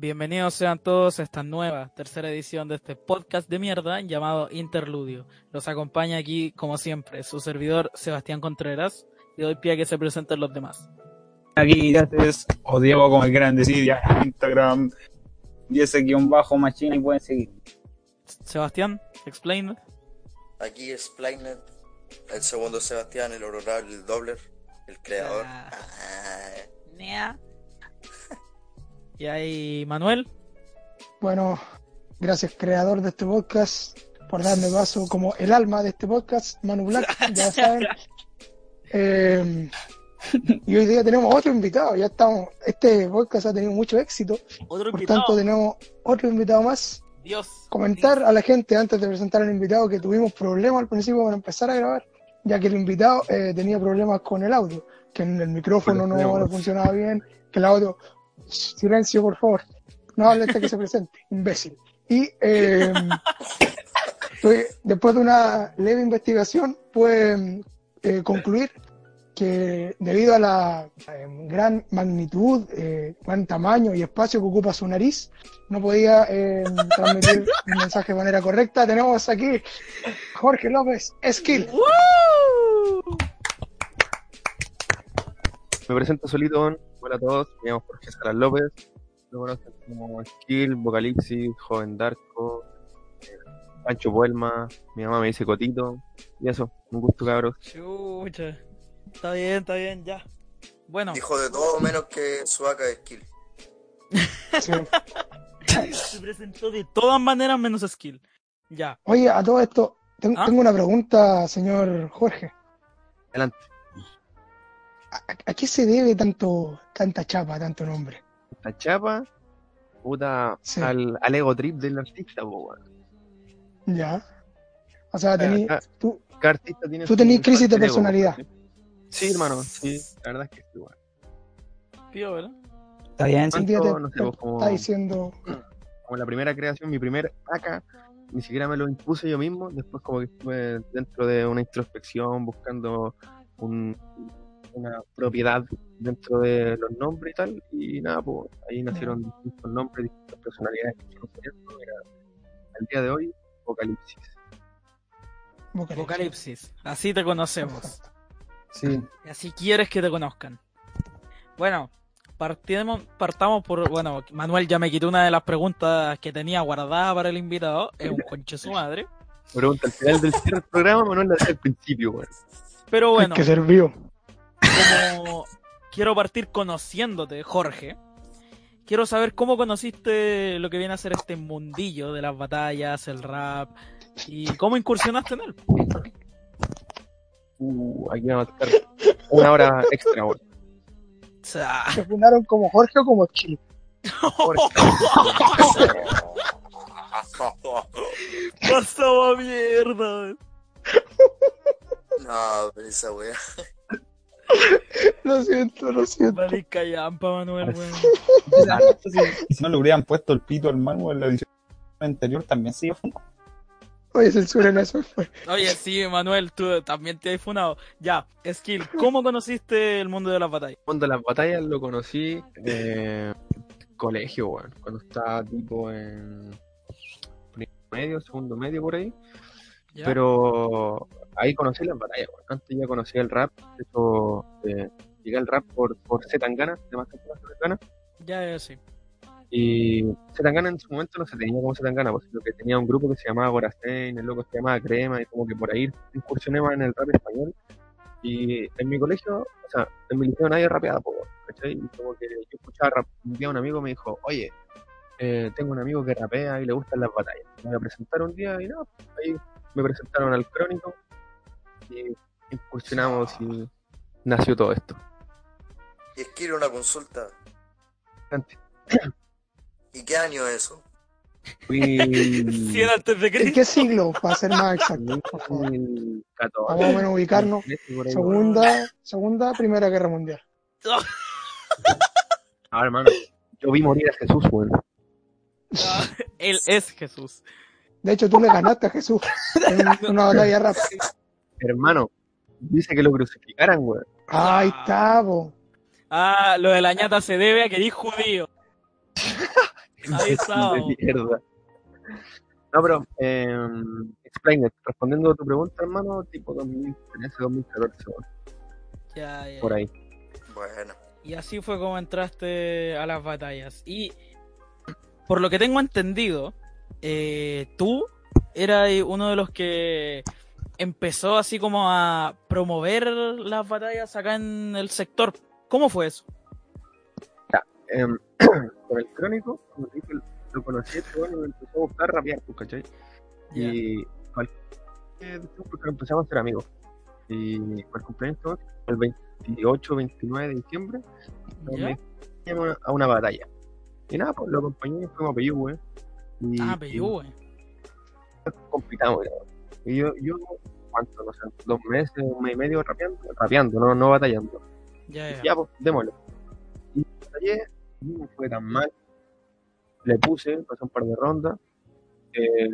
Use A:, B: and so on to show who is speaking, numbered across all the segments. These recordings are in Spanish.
A: Bienvenidos sean todos a esta nueva tercera edición de este podcast de mierda llamado Interludio. Los acompaña aquí, como siempre, su servidor Sebastián Contreras y doy pie a que se presenten los demás.
B: Aquí gracias o Diego como el grande Siria, Instagram, y ese guión bajo machina y pueden seguir.
A: Sebastián, explain.
C: Aquí es Planet, el segundo Sebastián, el honorable, el dobler, el creador.
A: Ah.
C: Ah,
A: Y ahí Manuel.
D: Bueno, gracias creador de este podcast por darme paso como el alma de este podcast, Manu Black, ya saben. Eh, y hoy día tenemos otro invitado, ya estamos, este podcast ha tenido mucho éxito,
A: Otro
D: por tanto tenemos otro invitado más.
A: Dios.
D: Comentar a la gente antes de presentar al invitado que tuvimos problemas al principio para empezar a grabar, ya que el invitado eh, tenía problemas con el audio, que en el micrófono no,
B: Problemas.
D: no funcionaba bien, que el audio silencio, por favor. No hable hasta que se presente, imbécil. Y eh, tuve- después de una leve investigación, pude eh, concluir que debido a la eh, gran magnitud, eh, gran tamaño y espacio que ocupa su nariz, no podía eh, transmitir el mensaje de manera correcta. Tenemos aquí Jorge López Esquil.
A: ¡Woo!
E: Me presento solito, don. hola a todos, me llamo Jorge Salas López, lo conocen como Skill, Vocalipsis, Joven Darko, eh, Pancho Puelma, mi mamá me dice Cotito, y eso, un gusto cabros.
A: Chucha. Está bien, está bien, ya. Bueno,
C: Dijo de todo menos que su vaca de skill.
D: Sí.
A: se presentó de todas maneras menos Skill. Ya.
D: Oye, a todo esto, ten-
A: ¿Ah?
D: tengo una pregunta, señor Jorge.
E: Adelante.
D: ¿A, a qué se debe tanto, tanta chapa, tanto nombre?
E: La chapa, puta,
D: Sí.
E: al, al ego trip del artista, po, weón.
D: Ya. O sea, tení-
E: Cada-
D: tú,
E: cada artista tiene
D: tú
E: su-
D: tenés
E: su
D: crisis de
E: ego, po,
D: personalidad.
E: ¿sí? Sí, hermano, sí, la verdad es que sí, weón.
A: Pío, ¿verdad?
B: Está bien,
D: un día te,
E: no sé, vos
D: te
E: como-
D: está diciendo,
E: como la primera creación, mi primer acá, ni siquiera me lo impuse yo mismo, después como que estuve dentro de una introspección buscando un- una propiedad dentro de los nombres y tal, y nada, pues ahí nacieron distintos nombres, distintas personalidades que fueron saliendo, era, al día de hoy, Apocalipsis.
D: Vocalipsis.
A: Apocalipsis. Así te conocemos.
B: Sí.
A: Y Así quieres que te conozcan. Bueno, partimos, partamos por. Bueno, Manuel ya me quitó una de las preguntas que tenía guardada para el invitado. Es un conche su madre.
E: Pregunta al final del cierre del programa, Manuel la hace al principio, weón.
A: Pero
D: Hay
A: bueno,
D: que ser vivo.
A: como quiero partir conociéndote, Jorge, quiero saber cómo conociste lo que viene a ser este mundillo de las batallas, el rap, y cómo incursionaste en él.
E: Uh, aquí vamos a estar una hora extra, weón.
A: O sea,
D: ¿Te fundaron como Jorge o como Chile?
A: pasaba mierda.
C: no, pero esa wea.
D: Lo siento, lo siento.
A: Marica llampa, Manuel, weón.
B: Y si no le hubieran puesto el pito al Manu en la edición anterior, también sí.
D: Oye, censuren eso. fue.
A: Oye, sí, Manuel, tú también te has funado. Ya, Skill, ¿cómo conociste el mundo de las batallas?
E: Cuando las batallas lo conocí eh, colegio, weón. Cuando estaba tipo en primer medio, segundo medio por ahí.
A: ¿Ya?
E: Pero ahí conocí las batallas, weón. Antes ya conocía el rap. de hecho, eh, llegué al rap por, por Z Tangana, de más Z Tangana.
A: Ya, ya, sí.
E: Y Z Tangana en su momento no se tenía como Z Tangana, pues, sino que tenía un grupo que se llamaba Gorastein, el loco se llamaba Crema, y como que por ahí incursioné más en el rap español. Y en mi colegio, o sea, en mi liceo nadie rapeaba, po, ¿cachai? Y como que yo escuchaba rap. Un día un amigo me dijo, oye, eh, tengo un amigo que rapea y le gustan las batallas. Me voy a presentar un día y no, ahí me presentaron al crónico y incursionamos y nació todo esto.
C: Y skill una consulta.
E: Antes,
C: ¿Y qué año es eso?
E: Fui
A: 100 antes de
D: ¿En
A: Cristo.
D: qué siglo? Para ser más exacto, por favor. Para más o
E: 2014.
D: menos ubicarnos. Segunda, segunda, Primera Guerra Mundial.
E: Ahora, hermano, yo vi morir a Jesús, weón.
A: Ah, Él es Jesús.
D: De hecho, tú le ganaste a Jesús en una batalla rap.
E: Hermano, dice que lo crucificaran, weón.
D: Ahí está, po.
A: Ah, lo de la ñata se debe a que eres judío. Ahí está.
E: De mierda. No, pero, eh, explain it. Respondiendo a tu pregunta, hermano, tipo 2013, 2014, weón,
A: Ya, ya.
E: por ahí.
C: Bueno,
A: Y así fue como entraste a las batallas. Y por lo que tengo entendido, eh, tú eras uno de los que empezó así como a promover las batallas acá en el sector. ¿Cómo fue eso?
E: Em, con el crónico, cuando te dije, lo conocí, este weón, y me empezó a buscar rapear, pues, ¿cachai? Y cualquier porque empezamos a ser amigos. Y por el cumpleaños, todo, el 28, 29 de diciembre,
A: ¿Ya?
E: me fuimos a una batalla. Y nada, pues lo acompañé y fuimos a Peyú, eh. Y,
A: Ah, pero yo, güey.
E: y compitamos, ya. Y yo, yo, ¿cuánto? No sé, dos meses, un mes y medio rapeando, rapeando, no, no batallando.
A: Ya, ya.
E: Ya, pues, démosle. Y batallé, no me fue tan mal. Le puse, pasó un par de rondas. Eh,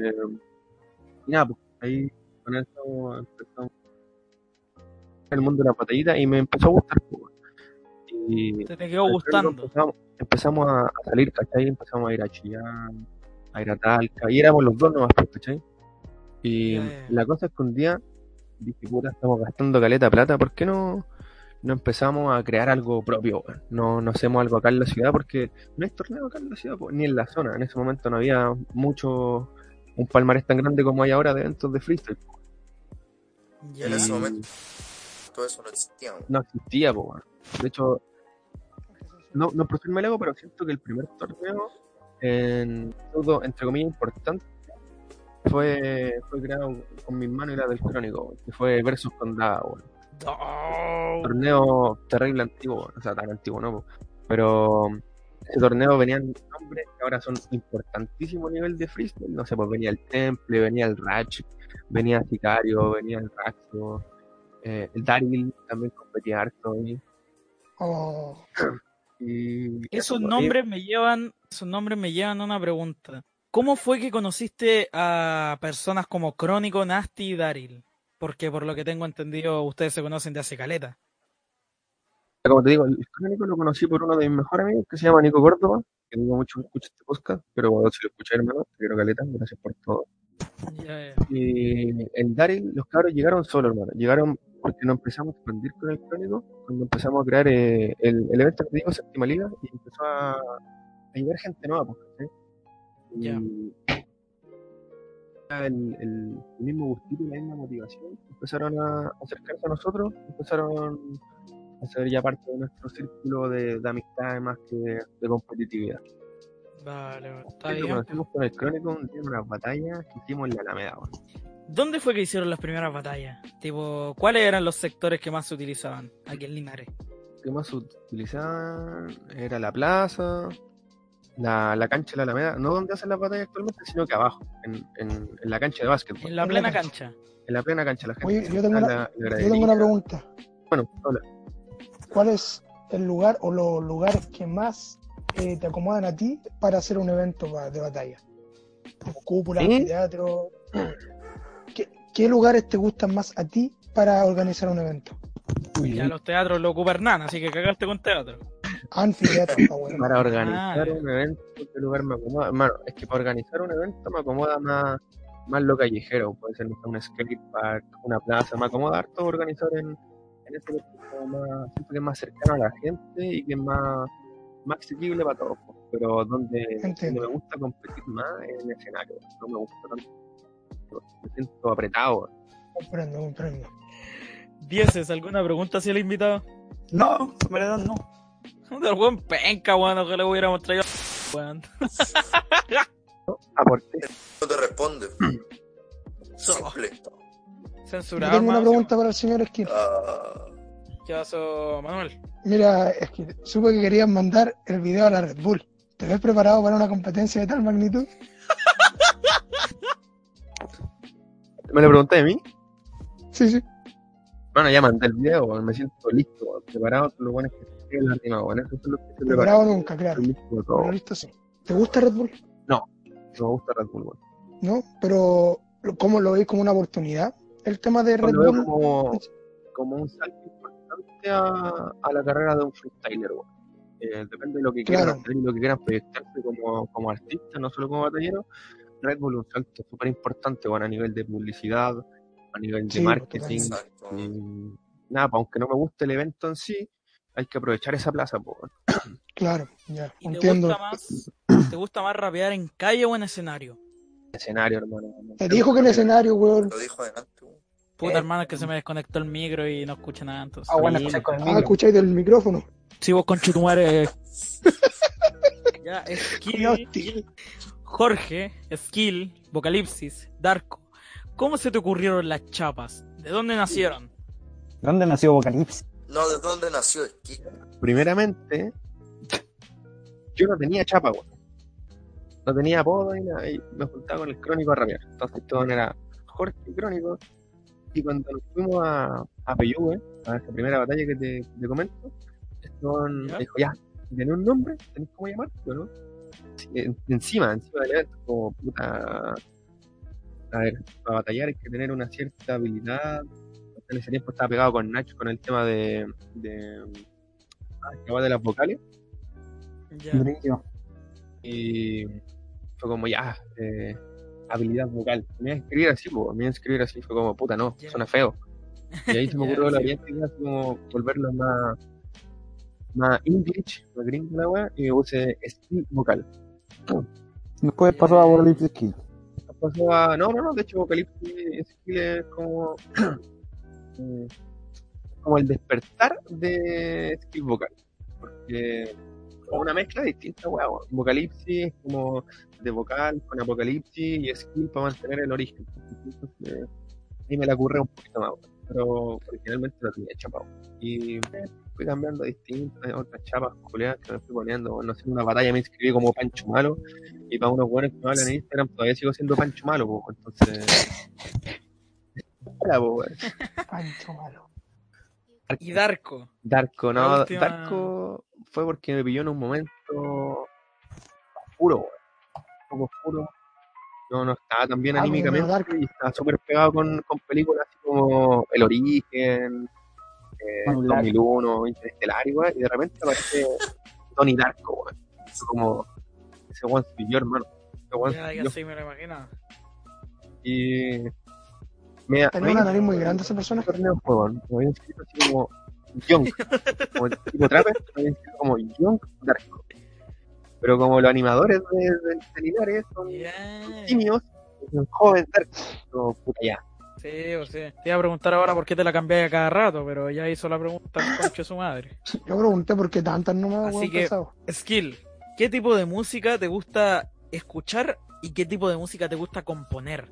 E: y nada, pues ahí con eso empezó el mundo de la batallita y me empezó a gustar. pues, weón. Y
A: Te, te quedó
E: al
A: gustando.
E: principio Empezamos, empezamos a, a salir, ¿cachai? Empezamos a ir a Chillán, a ir a Talca, y éramos los dos nomás, pues, ¿cachai? Y
A: Ya, ya.
E: la cosa es que un día dije, puta, estamos gastando caleta de plata, ¿por qué no, no empezamos a crear algo propio? weón? No, no hacemos algo acá en la ciudad, porque no hay torneo acá en la ciudad, pues, ni en la zona. En ese momento no había mucho, un palmarés tan grande como hay ahora de eventos de freestyle.
C: y
A: Ya.
C: en ese
E: Y
C: momento todo eso no existía. weón.
E: No existía, pues, weón. De hecho, no, no por serme el ego, pero siento que el primer torneo, en, pseudo, entre comillas, importante, fue, fue creado con mis manos y la del crónico, que fue Versus con Daga, weón.
A: No.
E: torneo terrible antiguo, o sea, tan antiguo, ¿no? po? Pero um, ese torneo venían nombres que ahora son importantísimo a nivel de freestyle, no sé, pues venía el Temple, venía el Ratch, venía Sicario, venía el Raxo, eh, el Daryl también competía harto ahí,
D: Oh,
E: y
A: Esos
E: pues,
A: nombres me llevan, esos nombres me llevan a una pregunta. ¿Cómo fue que conociste a personas como Crónico, Nasty y Daryl? Porque por lo que tengo entendido, ustedes se conocen de hace caleta.
E: eh, como te digo, el crónico lo conocí por uno de mis mejores amigos que se llama Nico Córdoba, que digo mucho que escucha este podcast, pero si lo escuchas hermano, te quiero caleta, gracias por todo.
A: Ya, ya.
E: Y en eh, Daryl los cabros llegaron solos, hermano. Llegaron porque nos empezamos a expandir con el crónico, cuando empezamos a crear eh, el, el evento que te digo, Séptima Liga, y empezó a, a llegar gente nueva, pues, ¿cachai? Y
A: Ya.
E: era El, el- el mismo gustito y la misma motivación empezaron a acercarse a nosotros, empezaron a ser ya parte de nuestro círculo de, de amistad más que de competitividad.
A: Vale, está
E: Nos
A: bien.
E: conocimos con el crónico un día en unas batallas que hicimos en la Alameda. weón.
A: ¿Dónde fue que hicieron las primeras batallas? Tipo, ¿cuáles eran los sectores que más se utilizaban aquí en Linares?
E: que más utilizaban era la plaza, la, la cancha de la Alameda, no donde hacen las batallas actualmente, sino que abajo, en, en, en la cancha de básquetbol,
A: En la plena cancha.
E: en la plena cancha la gente.
D: Oye, yo
E: se
D: tengo
E: junta
D: una-
E: en la- en la
D: yo
E: gradería.
D: tengo una pregunta.
E: Bueno, hola.
D: ¿Cuál es el lugar o los lugares que más eh, te acomodan a ti para hacer un evento ba- de batalla? Como cúpula,
E: ¿Eh?
D: teatro. ¿Qué, qué lugares te gustan más a ti para organizar un evento?
A: Ya los teatros lo ocupa Hernán, así que cagaste con teatro.
D: Anfiteatro, está bueno.
E: Para organizar
A: Ah,
E: un evento, ¿qué lugar me acomoda? Hermano, es que para organizar un evento me acomoda más, más lo callejero, puede ser no sé, un skate park, una plaza, me acomoda harto organizar en, en ese lugar que es como más, siento que es más cercano a la gente y que es más, más accesible para todos, pues, pero donde,
D: Entiendo.
E: donde me gusta competir más es en el escenario, no me gusta tanto, me siento apretado.
D: Comprendo, comprendo.
A: Dieces, ¿alguna pregunta hacia el invitado?
B: No, en verdad no.
A: El buen penca, weón, ojalá hubiéramos traído a- weón.
E: Aporte,
C: No te responde. Simple.
D: Yo
A: Censurado.
D: tengo una
A: hermano,
D: pregunta para el señor Esquina.
C: Ah,
A: ¿Qué pasó, Manuel?
D: Mira, es que supe que querían mandar el video a la Red Bull. ¿Te ves preparado para una competencia de tal magnitud?
E: ¿Me lo pregunté a mí?
D: Sí, sí.
E: Bueno, ya mandé el video, weón, me siento listo, weón, preparado, lo bueno es que estoy en la rima, weón, eso es lo que estoy
D: Preparado nunca, claro.
E: Estoy listo para todo,
D: Pero
E: weón.
D: listo, sí. ¿Te gusta Red Bull?
E: No me gusta Red Bull, weón.
D: ¿No? Pero, lo- ¿cómo lo veis como una oportunidad? El tema de Red
E: Lo veo
D: Bull.
E: como, como un salto importante a, a la carrera de un freestyler, weón. Eh, depende de lo que quieran
D: Claro.
E: hacer y lo que quieran proyectarse como, como artista, no solo como batallero. Red Bull es un salto súper importante, weón, a nivel de publicidad, a nivel de
D: Sí, pues,
E: marketing,
D: totalmente.
C: Exacto.
E: Y nada, pa, aunque no me guste el evento en sí, hay que aprovechar esa plaza. pues, po, weón.
D: Claro, ya,
A: ¿Y te
D: entiendo.
A: gusta más? ¿Te gusta más rapear en calle o en escenario?
E: Escenario, hermano.
D: Te dijo que el escenario, weón.
C: Lo dijo adelante. weón.
A: Puta
B: Eh.
A: hermano, es que se me desconectó el micro y no escucha nada entonces.
B: Ah, bueno,
E: Sí.
B: escuchar con el
D: Ah,
B: micro.
D: escucháis del micrófono.
A: Si vos con Chutumare. ya,
D: Qué
A: Skill,
D: hostil.
A: Jorge, Skill, Vocalipsis, Darko. ¿Cómo se te ocurrieron las chapas? ¿De dónde nacieron?
F: ¿Dónde nació Vocalipsis?
C: No, ¿de dónde nació Esquí?
E: Primeramente, yo no tenía chapa, weón. No tenía apodo y nada, y me juntaba con el crónico a rapear. Entonces todo era Jorge y crónico. Y cuando nos fuimos a, a Peyúgue, a esa primera batalla que te, que te comento, esto
A: ¿Ya?
E: dijo, ya, tenés un nombre, tenés cómo llamarte, o ¿no? Sí, en- encima, encima del evento, como puta. A ver, para batallar hay que tener una cierta habilidad. En ese tiempo estaba pegado con Nacho con el tema de. de ah, esta weá de las vocales.
A: Ya.
F: Brillo.
E: Y fue como, ya, eh, habilidad vocal. Me iba a escribir así, po, me iba a escribir así. Fue como, puta, no,
A: Ya.
E: suena feo. Y ahí se me
A: Ya,
E: ocurrió la
A: sí.
E: brillante idea, así como volverlo más. más English, más gringo la weá, y me puse Steve vocal.
F: Después pasó a Vocalipsis Kill.
E: pasó a- ah, No, no, no, de hecho Vocalipsis es que es como... eh, como el despertar de skill vocal. Porque es una mezcla distinta, weón. Vocalipsis es como de vocal con apocalipsis y skill para mantener el origen. Entonces, eh, ahí me la ocurre un poquito más, weón. Pero originalmente lo tenía chapado. Y eh, fui cambiando distintas, otras chapas culiadas que me fui poniendo. weón. No sé, en una batalla me inscribí como Pancho Malo. Y para unos buenos que me hablan en Instagram, todavía sigo siendo Pancho Malo, po, entonces. Hola, po, weón.
D: Pancho malo.
A: Y Darko.
E: Darko,
A: La
E: no,
A: última-
E: Darko fue porque me pilló en un momento oscuro, weón. Un poco oscuro. No, no estaba tan bien
D: Ah, bueno,
E: anímicamente
D: Darko.
E: y estaba súper pegado con, con películas así como El Origen, eh,
F: Manular.
E: 2001, Interestelar, y, weón, y de repente aparece Tony Darko, weón. Fue como, ese weón soy yo, hermano. Ese weón
A: Ya,
E: soy
A: ya
E: yo.
A: sí me lo imagino.
E: Y. Me,
D: Tenía una nariz muy grande esa persona.
E: torneo juego, ¿no? Me había inscrito así como Young. Como el tipo Trapper, me había inscrito como Young Darko. Pero como los animadores de, de, de Linares son
A: Ya. Sí,
E: tímidos, es un joven Darko. Como, puta, ya.
A: o sea, Te iba a preguntar ahora por qué te la cambié a cada rato, pero ya hizo la pregunta el concho de su madre.
D: Yo pregunté por qué tantas no me
A: Así
D: habían
A: que-
D: pensado.
A: Skill, ¿qué tipo de música te gusta escuchar y qué tipo de música te gusta componer?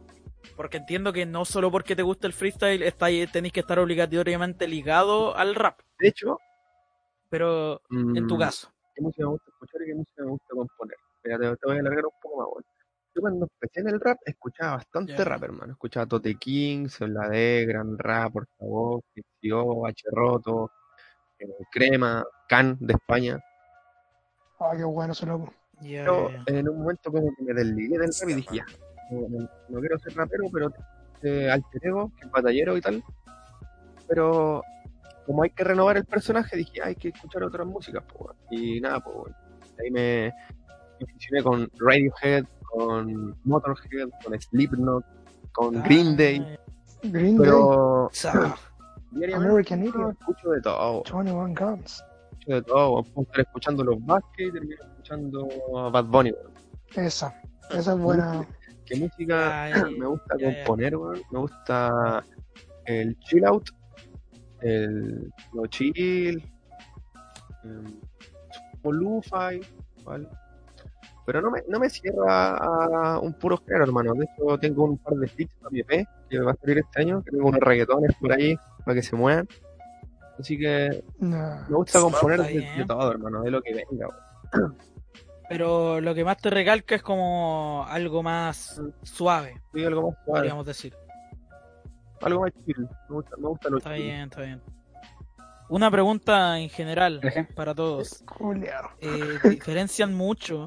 A: Porque entiendo que no solo porque te gusta el freestyle está, tenéis que estar obligatoriamente ligado al rap,
E: De hecho,
A: pero en tu
E: mm,
A: caso.
E: qué música me gusta escuchar y qué música me gusta componer. Mira, te, te voy a alargar un poco más, weón. Yo cuando empecé en el rap, escuchaba bastante
A: Ya.
E: rap, hermano. Escuchaba Tote King, Soladé, Gran Rap, Portavoz, Tio, H. Roto, eh, Crema, Can de España.
D: Ah, qué bueno ese loco.
A: Ya,
E: Pero
A: ya,
E: en un momento como que me desligué del rap y dije, ya, no, no- no quiero ser rapero, pero eh, alter ego, que es batallero y tal. Pero como hay que renovar el personaje, dije, hay que escuchar otras músicas, po, weón. y nada, pues ahí me me aficioné con Radiohead, con Motorhead, con Slipknot, con
A: ya.
E: Green Day,
A: Ah,
D: Green Day,
E: pero
A: sa-
E: diariamente
D: American Idiot,
E: escucho de todo, weón,
D: 21 Guns.
E: escucho de todo, weón. puedo estar escuchando los Baskets y termino escuchando a Bad Bunny, weón.
D: Esa, esa es buena.
E: qué música
A: Ya, ya,
E: me gusta
A: ya, ya.
E: componer, weón. Me gusta el chill out, el lo chill, em, o lo-fi, ¿vale? Pero no me, no me cierra a un puro género, hermano. De hecho, tengo un par de sticks para mi EP que va a salir este año. que Tengo unos reggaetones por ahí para que se muevan. Así que
D: No.
E: me gusta componer
A: Está
E: de,
A: bien.
E: de todo, hermano, de lo que venga. weón.
A: Pero lo que más te recalca es como algo más suave,
E: Sí, algo más suave,
A: podríamos decir.
E: algo más chill. Me gusta, me gusta lo
A: Está
E: chill.
A: bien, está bien. Una pregunta en general
B: Ejé.
A: para todos.
D: Culeado.
A: eh, diferencian mucho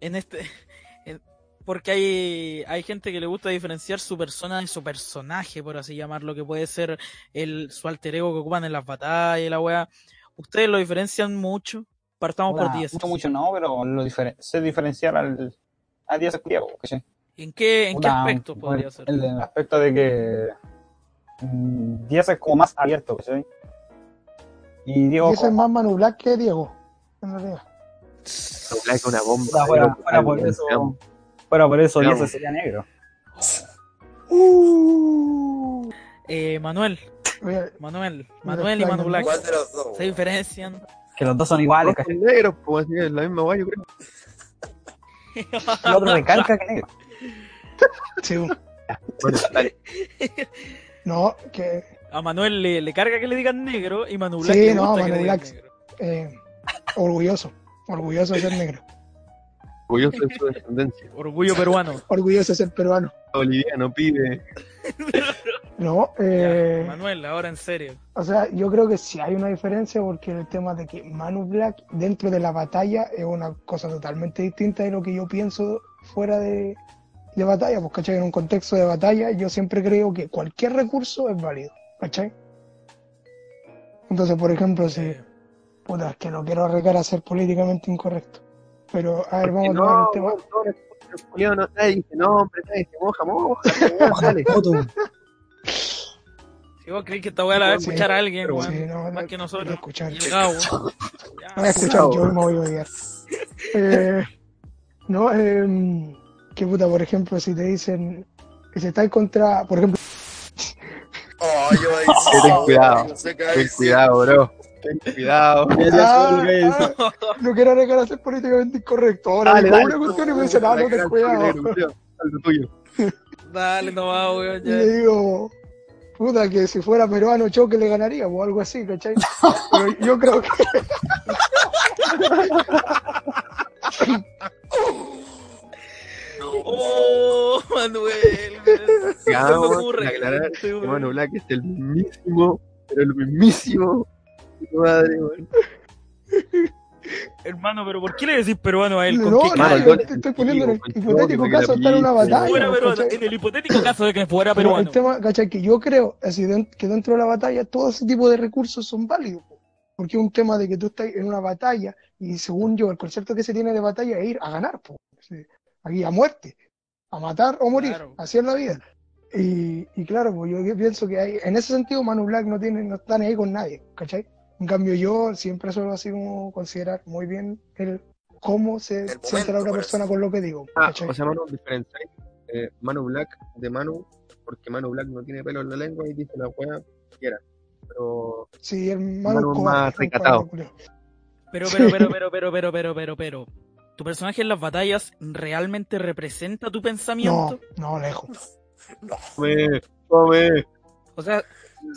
A: en este en- porque hay hay gente que le gusta diferenciar su persona de su personaje por así llamarlo que puede ser el su alter ego que ocupan en las batallas y la weá. ustedes lo diferencian mucho partamos
B: Hola,
A: por 10
B: Mucho, mucho no, pero lo diferen sé diferenciar al, a 10 esclavos, ¿cachai?
A: en qué en qué
B: Puta,
A: aspecto
B: bueno,
A: podría ser
B: El, el aspecto de que mm, 10 es como más abierto, ¿cachai? Y Diego,
D: Y eso es más Manu Black que Diego. En realidad.
E: Lo Black es una bomba.
B: fuera, fuera, fuera por
E: Te
B: eso,
E: amo.
B: fuera por eso,
E: Te amo.
B: 10 sería negro.
A: Eh, Manuel
D: Mira,
A: Manuel
D: Mira,
A: Manuel y
D: Fly,
A: Manu Black
C: ¿Cuál de los dos?
A: se
C: weón?
A: diferencian
B: Que los dos son iguales,
E: Los
B: ¿cachai?
E: negros, pues así es la misma guay, yo creo.
B: El otro recalca que es negro.
D: sí,
E: Bueno, dale.
D: no, que
A: a Manuel le, le carga que le digan negro y Manu
D: Sí,
A: Black le
D: no,
A: gusta que
D: Manu
A: le digan
D: Black.
A: negro.
D: eh, orgulloso. Orgulloso de ser negro.
E: Orgulloso de su descendencia.
A: orgullo peruano
D: Orgulloso de ser peruano.
E: Boliviano, pibe.
D: No, eh,
A: Ya, Manuel ahora en serio
D: O sea, yo creo que sí hay una diferencia porque el tema de que Manu Black dentro de la batalla es una cosa totalmente distinta de lo que yo pienso fuera de, de batalla, pues cachai, en un contexto de batalla yo siempre creo que cualquier recurso es válido, ¿cachai? Entonces, por ejemplo, si,
A: Eh,
D: puta, es que no quiero arreglar a ser políticamente incorrecto, pero a ver, vamos
E: Porque
D: a tomar
E: no,
D: el tema.
E: no, no, Julio, no, nadie dice nombre, nadie dice moja, moja, moja, dale.
A: Si vos crees que esta weá la va a
D: Sí,
A: escuchar a alguien, weón.
D: sí, no,
A: más
D: no,
A: que
D: Voy a
A: nosotros.
D: escuchar.
A: Y el Gabo. Ya.
D: No voy a escuchar, Pues, yo me voy a odiar. Eh, no, eh, qué puta, por ejemplo, si te dicen que si estáis contra, por ejemplo,
C: Oh, yo ahí sí,
E: Ten
C: weón,
E: cuidado,
C: no sé qué
E: Ten
C: decir.
E: cuidado, bro. Ten cuidado.
D: ah, ah, no quiero arreglar a ser políticamente incorrecto. Ahora
E: Dale,
D: digo
E: dale.
D: una cuestión y me dicen, ah, no ten cuidado.
E: Algo tuyo.
A: Dale, no va, weón.
D: Y
A: Ya.
D: le digo, puta, que si fuera peruano choque le ganaría o algo así, ¿cachai? Pero yo creo que.
A: Oh, Manuel. weón.
E: Ya,
A: Se me
E: vamos a
A: ocurre.
E: aclarar
A: Sí, weón.
E: Hermano Black es el mismísimo, pero el mismísimo. Tu Madre, weón.
A: Hermano, pero ¿por qué le decís peruano a él? ¿Con
D: no,
A: qué
D: no,
A: cara?
E: Manuel,
D: yo te estoy poniendo en el
E: Contigo,
D: hipotético
E: contigo,
D: caso de estar en una
E: que la
D: batalla.
A: Fuera peruano.
D: ¿cachai?
A: En el hipotético caso de que fuera
D: Pero
A: peruano.
D: el tema, ¿cachai? Que yo creo así, den- que dentro de la batalla todo ese tipo de recursos son válidos. po. Porque es un tema de que tú estás en una batalla y según yo, el concepto que se tiene de batalla es ir a ganar, po. Sí, aquí a muerte, a matar o morir,
A: Claro.
D: así es la vida. Y, y claro, pues yo pienso que hay, en ese sentido Manu Black no, tiene, no está ni ahí con nadie, ¿cachai? En cambio yo siempre suelo así como considerar muy bien el cómo se
C: El
D: siente
C: momento,
D: la otra
C: por
D: persona
C: así.
D: con lo que digo,
E: pues. Ah,
D: ¿cachai?
E: o sea, Manu, diferenciáis eh, Manu Black de Manu, porque Manu Black no tiene pelo en la lengua y dice la weá que quiera. Pero
D: sí, el Manu,
E: Manu
D: es
E: más
D: cobarde, es un
E: recatado.
D: cobarde, culiao.
A: Pero, pero, pero, pero, pero, pero, pero, pero, pero. ¿Tu personaje en las batallas realmente representa tu
D: No,
A: pensamiento?
D: no, lejos.
E: Come, come.
A: O sea,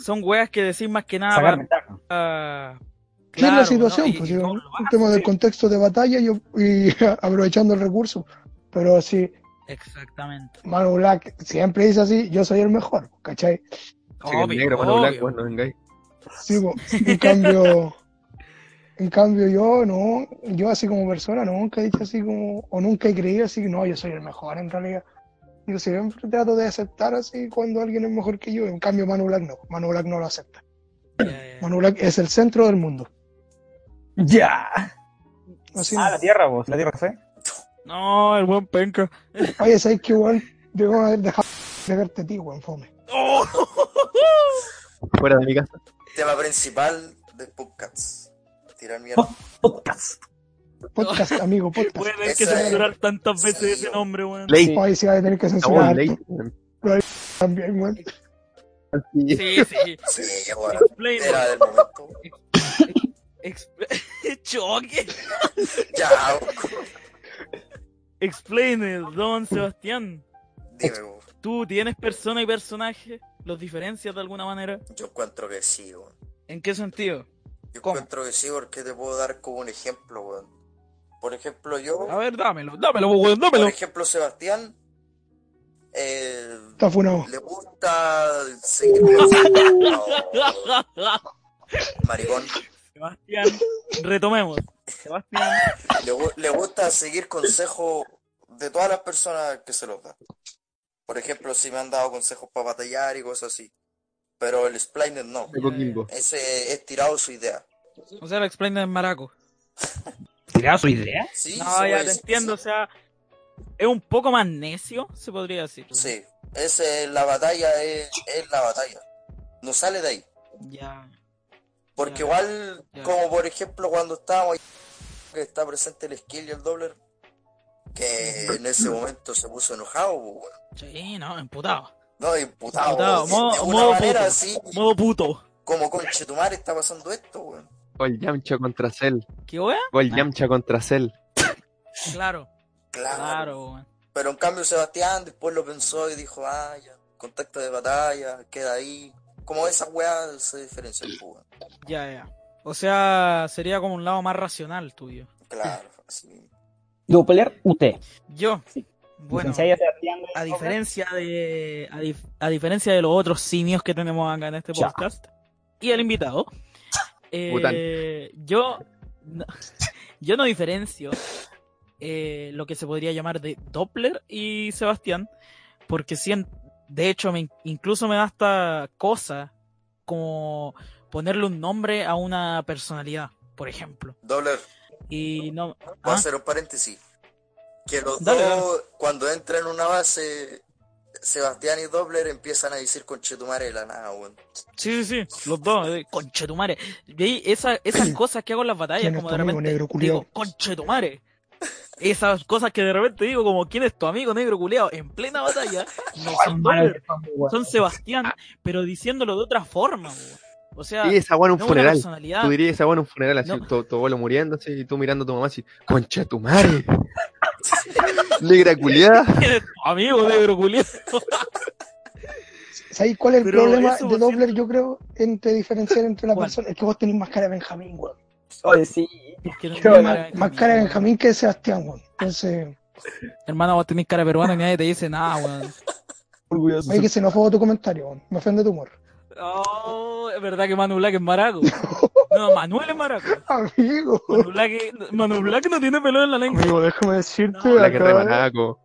A: son weas que decís más que nada
B: Sacar ventaja.
A: para.
D: Sí,
A: Ah,
D: es
A: Claro,
D: la situación,
A: ¿no? Y-
D: pues,
A: y
D: sí,
A: cómo
D: un
A: lo haces,
D: tema del
A: sí.
D: contexto de batalla y, y aprovechando el recurso. Pero si
A: Exactamente.
D: Manu Black siempre dice así, yo soy el mejor, ¿cachai?
E: Che, que el
A: Obvio,
E: negro Manu Black,
A: obvio.
E: weón, no vengáis.
D: Sí, po. en cambio, en cambio yo no, yo así como persona nunca he dicho así como, o nunca he creído así, no, yo soy el mejor en realidad. Yo siempre trato de aceptar así cuando alguien es mejor que yo, en cambio Manu Black no, Manu Black no lo acepta.
A: Ya, ya.
D: Manu Black es el centro del mundo.
B: ¡Ya!
D: Así
B: Ah,
D: no.
B: la tierra, vos, la tierra café.
A: No, el buen penca.
D: Oye, ¿sabes qué, weón? Debemos haber dejado de verte a ti, weón, fome.
A: Oh.
E: Fuera de mi casa.
C: Tema principal de Podcast. Tirar mierda.
B: Podcast.
D: Podcast, amigo, podcast.
A: Voy a tener que
C: Esa es.
A: censurar tantas veces ese nombre, weón.
E: Ley.
D: Hoy sí va a tener que
E: Chabón,
D: censurar
E: ley,
D: harto
E: weón.
D: también, weón.
E: Así,
A: Sí, sí.
C: Sí, weón.
A: Explain.
C: Era del momento.
A: Expl- Choque.
C: Ya,
A: Explain, it, don Sebastián.
C: dime, weón.
A: ¿Tú tienes persona y personaje? ¿Los diferencias de alguna manera?
C: Yo encuentro que sí, weón.
A: ¿En qué sentido?
C: Yo
A: ¿Cómo?
C: encuentro que sí, porque te puedo dar como un ejemplo, weón. Por ejemplo, yo,
A: A ver, dámelo, dámelo, po, weón, dámelo.
C: por ejemplo, Sebastián, eh,
D: Está funado.
C: le gusta seguir No, maricón.
A: Sebastián, retomemos. Sebastián,
C: Le, gu- le gusta seguir consejos de todas las personas que se los da. Por ejemplo, si me han dado consejos para batallar y cosas así. Pero el Splainer no.
E: de Coquimbo.
C: Ese es tirado su idea.
A: o sea, la explain en maraco.
B: ¿Tiraba su idea?
C: Sí,
A: No,
C: pues, sí,
A: ya
C: güey,
A: te
C: sí,
A: entiendo, o sea, es un poco más necio, se podría decir.
C: Sí, ese, la batalla es, es la batalla. No sale de ahí.
A: Ya.
C: Porque
A: Ya.
C: igual,
A: Ya.
C: como por ejemplo cuando estábamos ahí, que está presente el skill y el dobler, que en ese momento se puso enojado, pues, weón.
A: Sí, no, emputado.
C: no, imputado,
A: Imputado,
C: de- de
A: modo-
C: una
A: modo
C: manera
A: puto.
C: así,
A: Modo puto.
C: como conchetumar está pasando esto, weón.
E: Gol Yamcha contra Cell.
A: ¿Qué wea?
E: Gol Yamcha contra Cell.
A: Claro,
C: Claro.
A: claro, weón.
C: Pero en cambio Sebastián después lo pensó y dijo, ah, ya, contacto de batalla, queda ahí. Como esa weá se diferencia, pues, weón.
A: Ya, ya. O sea, sería como un lado más racional tuyo.
C: Claro, así mismo.
F: Doppler UT.
A: Yo, bueno,
F: Licenciado Sebastián de
A: a
F: Doppler.
A: diferencia de a, dif- a diferencia de los otros simios que tenemos acá en este
F: Ya.
A: podcast y el invitado, eh, yo no, yo no diferencio eh, lo que se podría llamar de Doppler y Sebastián, porque sien- de hecho me in- incluso me da hasta cosa como ponerle un nombre a una personalidad, por ejemplo,
C: Dobler,
A: y no
C: voy a
A: ¿Ah?
C: hacer un paréntesis. Que los
A: Dale,
C: dos, cuando entran en una base, Sebastián y Dobler empiezan a decir conchetumare de la nada, weón.
A: Sí, sí, sí, los dos, eh, conchetumare. De ahí esa- esas cosas que hago en las batallas,
D: ¿Quién es
A: como
D: tu
A: de
D: amigo
A: repente
D: negro culiao?
A: digo, conchetumare. Esas cosas que de repente digo, como, ¿quién es tu amigo negro culeado? En plena batalla, no son Doppler, son Sebastián, pero diciéndolo de otra forma, weón. O sea,
E: Y esa buena un
A: no una
E: funeral.
A: personalidad.
E: Tú dirías esa buena un funeral, así,
A: No.
E: tu, tu abuelo muriéndose y tú mirando a tu mamá así, concha tu madre. Negra culiada.
A: ¿Quién es tu amigo negro culeado?
D: ¿Sabéis cuál es el
A: Pero
D: problema
A: eso,
D: de
A: siento-
D: Doppler, yo creo, entre diferenciar entre una
A: ¿Cuál?
D: persona? Es que vos tenés más cara de Benjamín, weón.
F: Oye, sí.
A: Que no-
F: Pero
A: no,
F: la-
A: Benjamín,
D: Más cara de
A: weón.
D: Benjamín que de Sebastián, weón. Entonces,
A: Hermano, vos tenés cara peruana y nadie te dice nada, weón.
F: Orgulloso.
D: oye, que se enojó tu comentario, weón. Me ofende tu humor.
A: Oh, es verdad que Manu Black es maraco. No, Manuel es maraco.
D: Amigo.
A: Manu Black, Manu Black no tiene pelo en la lengua.
D: Amigo, déjame decirte,
A: No,
E: La que re
D: acá
E: manaco.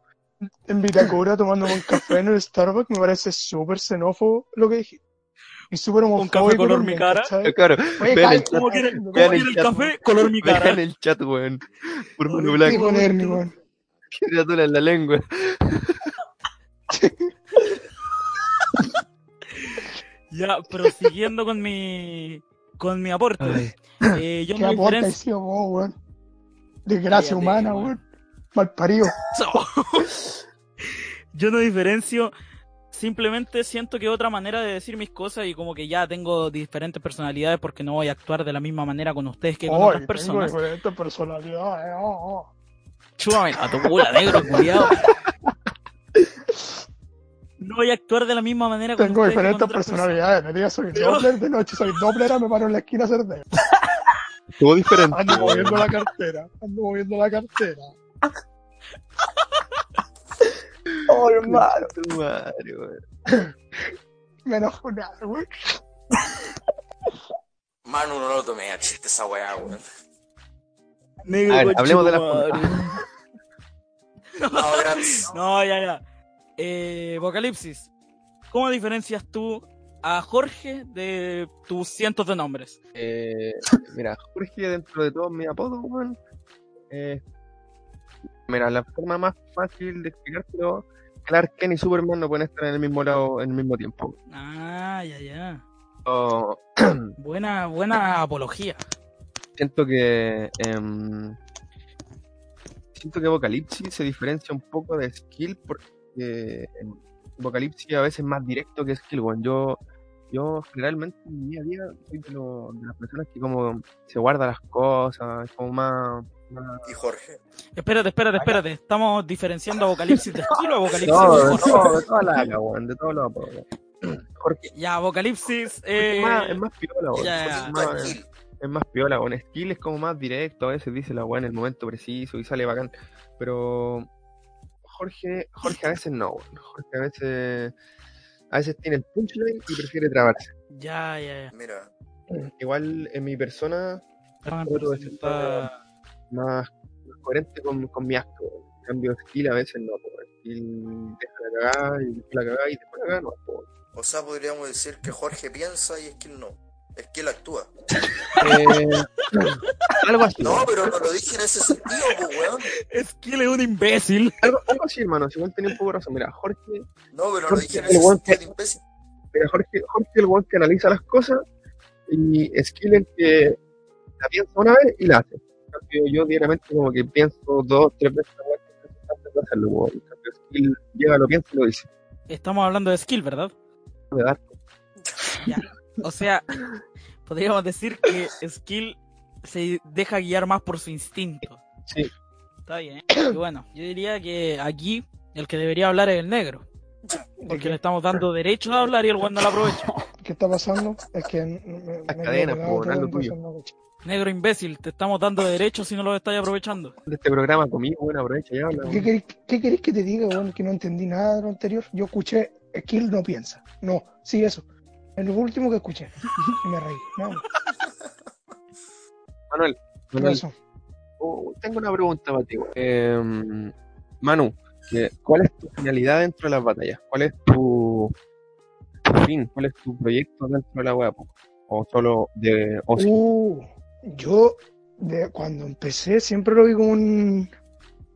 D: en Vitacura tomándome un café en el Starbucks me parece súper xenófobo lo que dijiste. Y súper homofóbico.
A: café color mi
D: también,
A: cara.
D: ¿cachai?
E: Claro,
D: Oye,
E: vean
D: Kai,
E: el chat,
A: ¿Cómo quiere, cómo
E: vean
A: quiere
E: el
A: el
E: chat.
A: café? Color mi cara.
E: vean el chat, weón. Por Manu Black,
D: Dijo Lerny, weón.
E: tiene atole en la lengua.
A: Ya, prosiguiendo con mi, con mi aporte. Eh, yo
D: Qué
A: no
D: aporte has
A: diferencio.
D: sido vos, weón. Desgracia
A: Cállate,
D: humana,
A: weón.
D: weón. Mal parido.
A: yo no diferencio. Simplemente siento que otra manera de decir mis cosas y como que ya tengo diferentes personalidades porque no voy a actuar de la misma manera con ustedes que con
D: Oye,
A: otras personas.
D: Tengo diferentes personalidades. oh, oh.
A: Chúpame a tu bola, negro, culiao. No voy a actuar de la misma manera con
D: Tengo
A: ustedes que con
D: diferentes
A: otras personas.
D: personalidades. De día soy
A: Pero-
D: Doppler, de noche soy Doppler, me paro en la esquina a hacer dedo.
E: Todo diferente.
D: Ando
E: weón.
D: moviendo la cartera. Ando moviendo la cartera.
F: Oh, hermano.
E: Tu madre, weón.
D: Me enojo nada, weón.
C: Manu, no lo tomé a chiste esa weá, weón.
A: Negro,
E: A ver, hablemos de las
A: conchetumare.
C: No, gracias.
A: No, ya, ya. Eh, Vocalipsis, ¿cómo diferencias tú a Jorge de tus cientos de nombres?
E: Eh, mira, Jorge, dentro de todos mis apodos, weón. eh, mira, la forma más fácil de explicártelo, Clark Kent y Superman no pueden estar en el mismo lado en el mismo tiempo.
A: Ah, ya, ya.
E: Oh,
A: Buena, buena apología.
E: siento que em, siento que Vocalipsis se diferencia un poco de Skill porque em, Vocalipsis a veces es más directo que Skill weón. yo yo generalmente en mi día a día soy de, lo- de las personas que como se guarda las cosas es como más, más-
C: Y Jorge.
A: Espérate, espérate, espérate. Estamos diferenciando a Vocalipsis de estilo a Vocalipsis
E: No,
A: de
E: de
A: Jorge.
E: todo de toda la haga, weón, de todos los apodos, weón. Jorge
A: Ya, Vocalipsis. Eh...
E: Jorge es más, es más piola, weón.
A: ya, ya.
E: Jorge es más-
C: Tranquilo.
E: es más piola, con skill es como más directo, a veces dice la weá en el momento preciso y sale bacán, pero Jorge, Jorge a veces no, weón. Jorge a veces, a veces tiene el punchline y prefiere trabarse.
A: Ya, ya, ya.
C: Mira,
E: Igual en mi persona
A: Ah,
E: Otro
A: pero
E: de
A: si
E: esos
A: está-
E: más, más coherente con, con mi acto, weón. en cambio skill a veces no, po, weón. skill deja la cagada y después la cagada y después la cagada no, po, weón.
C: o sea, podríamos decir que Jorge piensa y Skill no. Skill actúa.
E: Eh, algo así.
C: No, pero no lo dije en ese sentido, pues, weón.
A: Es que él es un imbécil.
E: Algo, algo así, hermano. Si igual tenía un poco de razón. Mira, Jorge,
C: No, pero lo
E: Jorge,
C: dije en
E: el
C: ese
E: weón
C: sentido de imbécil.
E: mira, Jorge, Jorge el weón que analiza las cosas y Skill el que la piensa una vez y la hace. En cambio, yo diariamente como que pienso dos, tres veces la weá que pienso antes de hacerlo, weón. En cambio, Skill llega, lo piensa y lo dice.
A: Estamos hablando de skill, ¿verdad?
E: Me da asco.
A: O sea, podríamos decir que skill se deja guiar más por su instinto.
E: Sí.
A: Está bien. Y bueno, yo diría que aquí el que debería hablar es el negro. Porque le estamos dando derecho a hablar y el weón no lo aprovecha.
D: ¿Qué está pasando? Es que me- me,
E: La cadena,
D: me-
E: po, no es lo
D: entonces
E: tuyo.
D: no-
A: Negro imbécil, te estamos dando derecho si no lo estás aprovechando.
E: De este programa conmigo, bueno, aprovecha y habla.
D: ¿Qué
E: weón.
D: queréis, qué queréis que te diga, weón? Que no entendí nada de lo anterior. Yo escuché, Skill no piensa. No, sí, eso. Es lo último que escuché. Y me reí. No,
E: Manuel,
D: por
E: Manuel,
D: eso.
E: oh, tengo una pregunta para ti, weón. Em, Manu, que- ¿cuál es tu finalidad dentro de las batallas? ¿Cuál es tu, tu fin? ¿Cuál es tu proyecto dentro de la web? O solo de. O si-
D: Uh, yo, de, cuando empecé, siempre lo vi como un,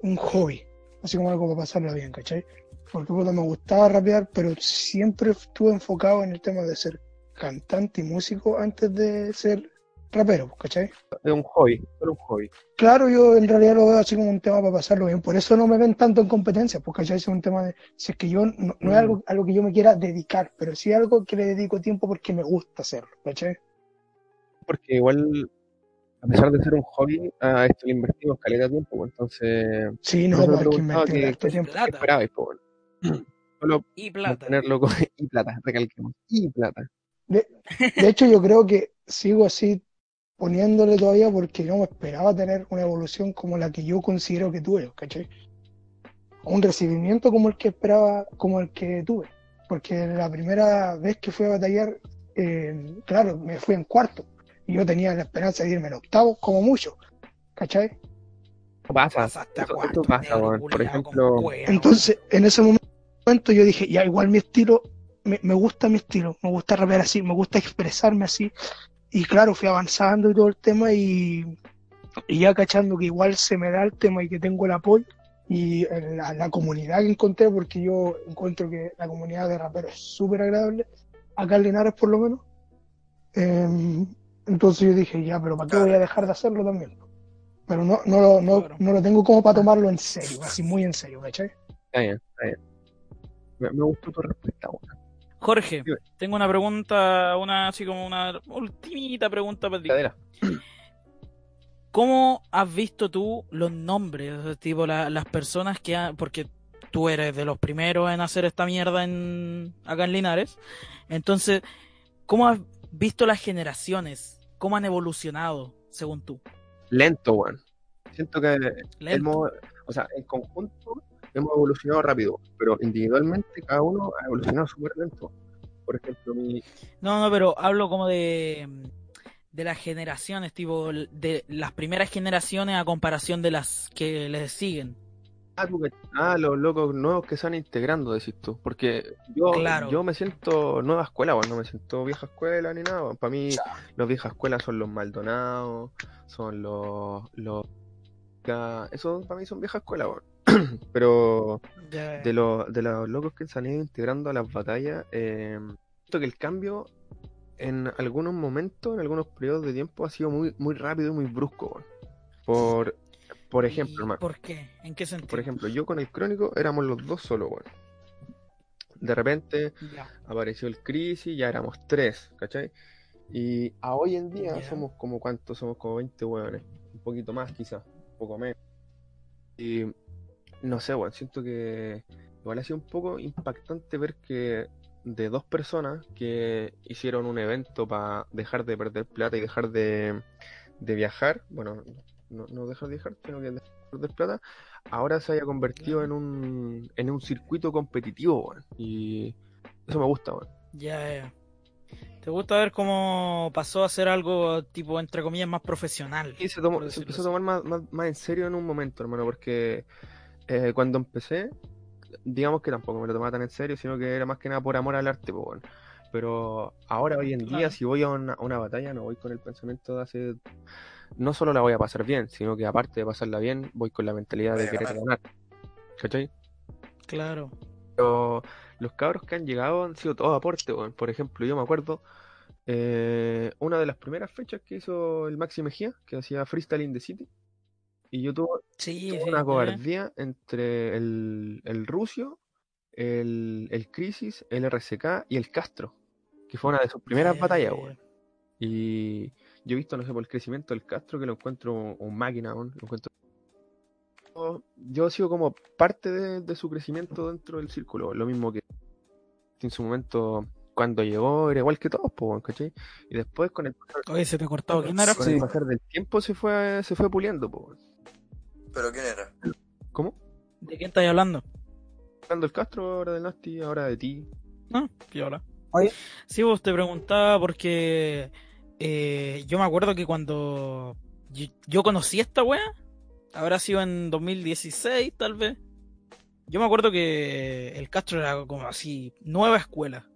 D: un hobby. Así como algo para pasarlo bien, ¿cachai? Porque puta, me gustaba rapear, pero siempre estuve enfocado en el tema de ser cantante y músico antes de ser rapero, ¿cachai?
E: es un hobby, solo un hobby.
D: Claro, yo en realidad lo veo así como un tema para pasarlo bien. Por eso no me ven tanto en competencias, porque ya es un tema de. Si es que yo. No,
E: Mm.
D: no es algo, algo que yo me quiera dedicar, pero sí algo que le dedico tiempo porque me gusta hacerlo, ¿cachai?
E: Porque igual, a pesar de ser un hobby, a esto le invertimos calidad de tiempo, pues, entonces.
D: Sí, no,
E: Por eso
D: pues
E: te
D: hay que
E: preguntaba
D: invertir
E: que-
D: harto tiempo.
E: ¿Qué
A: Plata
E: esperabais, pues, bueno? Solo
A: y plata.
E: mantenerlo con. Y plata, recalquemos. Y plata.
D: De, de hecho, yo creo que sigo así poniéndole todavía porque no me esperaba tener una evolución como la que yo considero que tuve, ¿cachai? Un recibimiento como el que esperaba, como el que tuve. Porque la primera vez que fui a batallar, eh, claro, me fui en cuarto. Y yo tenía la esperanza de irme en octavo, como mucho, ¿cachai?
E: Esto pasa.
A: Pasaste a
E: Esto-
A: cuarto,
E: esto pasa,
A: negro
E: weón.
A: culiao,
E: Por
A: con
E: ejemplo.
A: cueva, weón.
D: Entonces, en ese momento yo dije, ya igual mi estilo, me, me gusta mi estilo, me gusta rapear así, me gusta expresarme así. Y claro, fui avanzando y todo el tema y, y ya cachando que igual se me da el tema y que tengo el apoyo y eh, la, la comunidad que encontré, porque yo encuentro que la comunidad de raperos es súper agradable, acá en Linares por lo menos. Em, entonces yo dije, ya, pero ¿para qué voy a dejar de hacerlo también? Pero no, no, lo- no,
A: Claro.
D: no lo tengo como para tomarlo en serio, así muy en serio, ¿cachai?
E: Está bien, está bien. Me, me gustó tu respuesta, weón.
A: Jorge,
E: Dime.
A: tengo una pregunta, una así como una ultimita pregunta para ti.
E: Cadera.
A: ¿Cómo has visto tú los nombres? O sea, Tipo, la- las personas que han. Porque tú eres de los primeros en hacer esta mierda en, acá en Linares. Entonces, ¿cómo has visto las generaciones? ¿Cómo han evolucionado, según tú?
E: Lento, weón. Siento que
A: Lento.
E: hemos- o sea, en conjunto hemos evolucionado rápido, pero individualmente cada uno ha evolucionado súper lento. Por ejemplo, mi,
A: No, no, pero hablo como de. De las generaciones, tipo, de las primeras generaciones a comparación de las que les siguen.
E: ah, tú cach- ah, los locos nuevos que se van integrando, decís tú, porque yo,
A: Claro.
E: yo me siento nueva escuela, weón, no me siento vieja escuela ni nada. Para mí, los viejas escuelas son los Maldonados, son los. los ca- esos para mí son vieja escuela, weón. pero de, lo- de los locos que se han ido integrando a las batallas, eh, siento que el cambio en algunos momentos, en algunos periodos de tiempo, ha sido muy, muy rápido y muy brusco. weón. Por, por ejemplo,
A: ¿Y
E: hermano,
A: ¿Por qué? ¿En qué sentido?
E: por ejemplo, yo con el crónico éramos los dos solos, weón. De repente
A: Ya.
E: apareció el crisis, ya éramos tres, ¿cachai? Y a hoy en día
A: Ya.
E: somos como cuántos, somos como 20 weones, un poquito más quizás, un poco menos. Y no sé, weón, siento que igual ha sido un poco impactante ver que de dos personas que hicieron un evento para dejar de perder plata y dejar de, de viajar. Bueno, no, no dejar de viajar, sino que dejar de perder plata. Ahora se haya convertido en un, en un circuito competitivo, weón. Y eso me gusta, weón.
A: Ya, ya. ¿Te gusta ver cómo pasó a ser algo tipo, entre comillas, más profesional?
E: Y se, tomó-
A: por
E: se
A: decirlo
E: empezó a tomar más, más- más en serio en un momento, hermano, porque eh, cuando empecé, digamos que tampoco me lo tomaba tan en serio, sino que era más que nada por amor al arte, po, weón. Pero ahora, hoy en día,
A: Claro.
E: si voy a una, a una batalla, no voy con el pensamiento de hacer. No solo la voy a pasar bien, sino que aparte de pasarla bien, voy con la mentalidad
C: Voy
E: de
C: a
E: querer ganar. ¿Cachai?
A: Claro.
E: Pero los cabros que han llegado han sido todos aporte, weón. Por ejemplo, yo me acuerdo eh, una de las primeras fechas que hizo el Maxi Mejía, que hacía Freestyle in the City. Y yo tuve,
A: Sí,
E: tuve
A: sí,
E: una
A: ya.
E: cobardía entre el, el Rusio, el, el Crisis, el RCK y el Castro, que fue una de sus primeras
A: Ya,
E: batallas,
A: ya,
E: weón. Y yo he visto, no sé, por el crecimiento del Castro que lo encuentro un máquina, weón, lo encuentro. Yo- Yo sigo como parte de, de su crecimiento dentro del círculo, lo mismo que en su momento cuando llegó era igual que todos, po, weón, ¿cachai? Y después con el, pasar-
A: Oye, se te cortó. ¿Quién era?
E: con el pasar del tiempo se fue se fue puliendo, po, weón.
C: ¿Pero quién era?
E: ¿Cómo?
A: ¿De quién estás hablando?
E: Cuando el Castro, ahora del Nasty, ahora de ti.
A: No, piola.
F: Oye.
A: Ah, Sí, vos te preguntaba porque eh, yo me acuerdo que cuando yo, yo conocí a esta wea, habrá sido en 2016 tal vez. Yo me acuerdo que el Castro era como así, nueva escuela.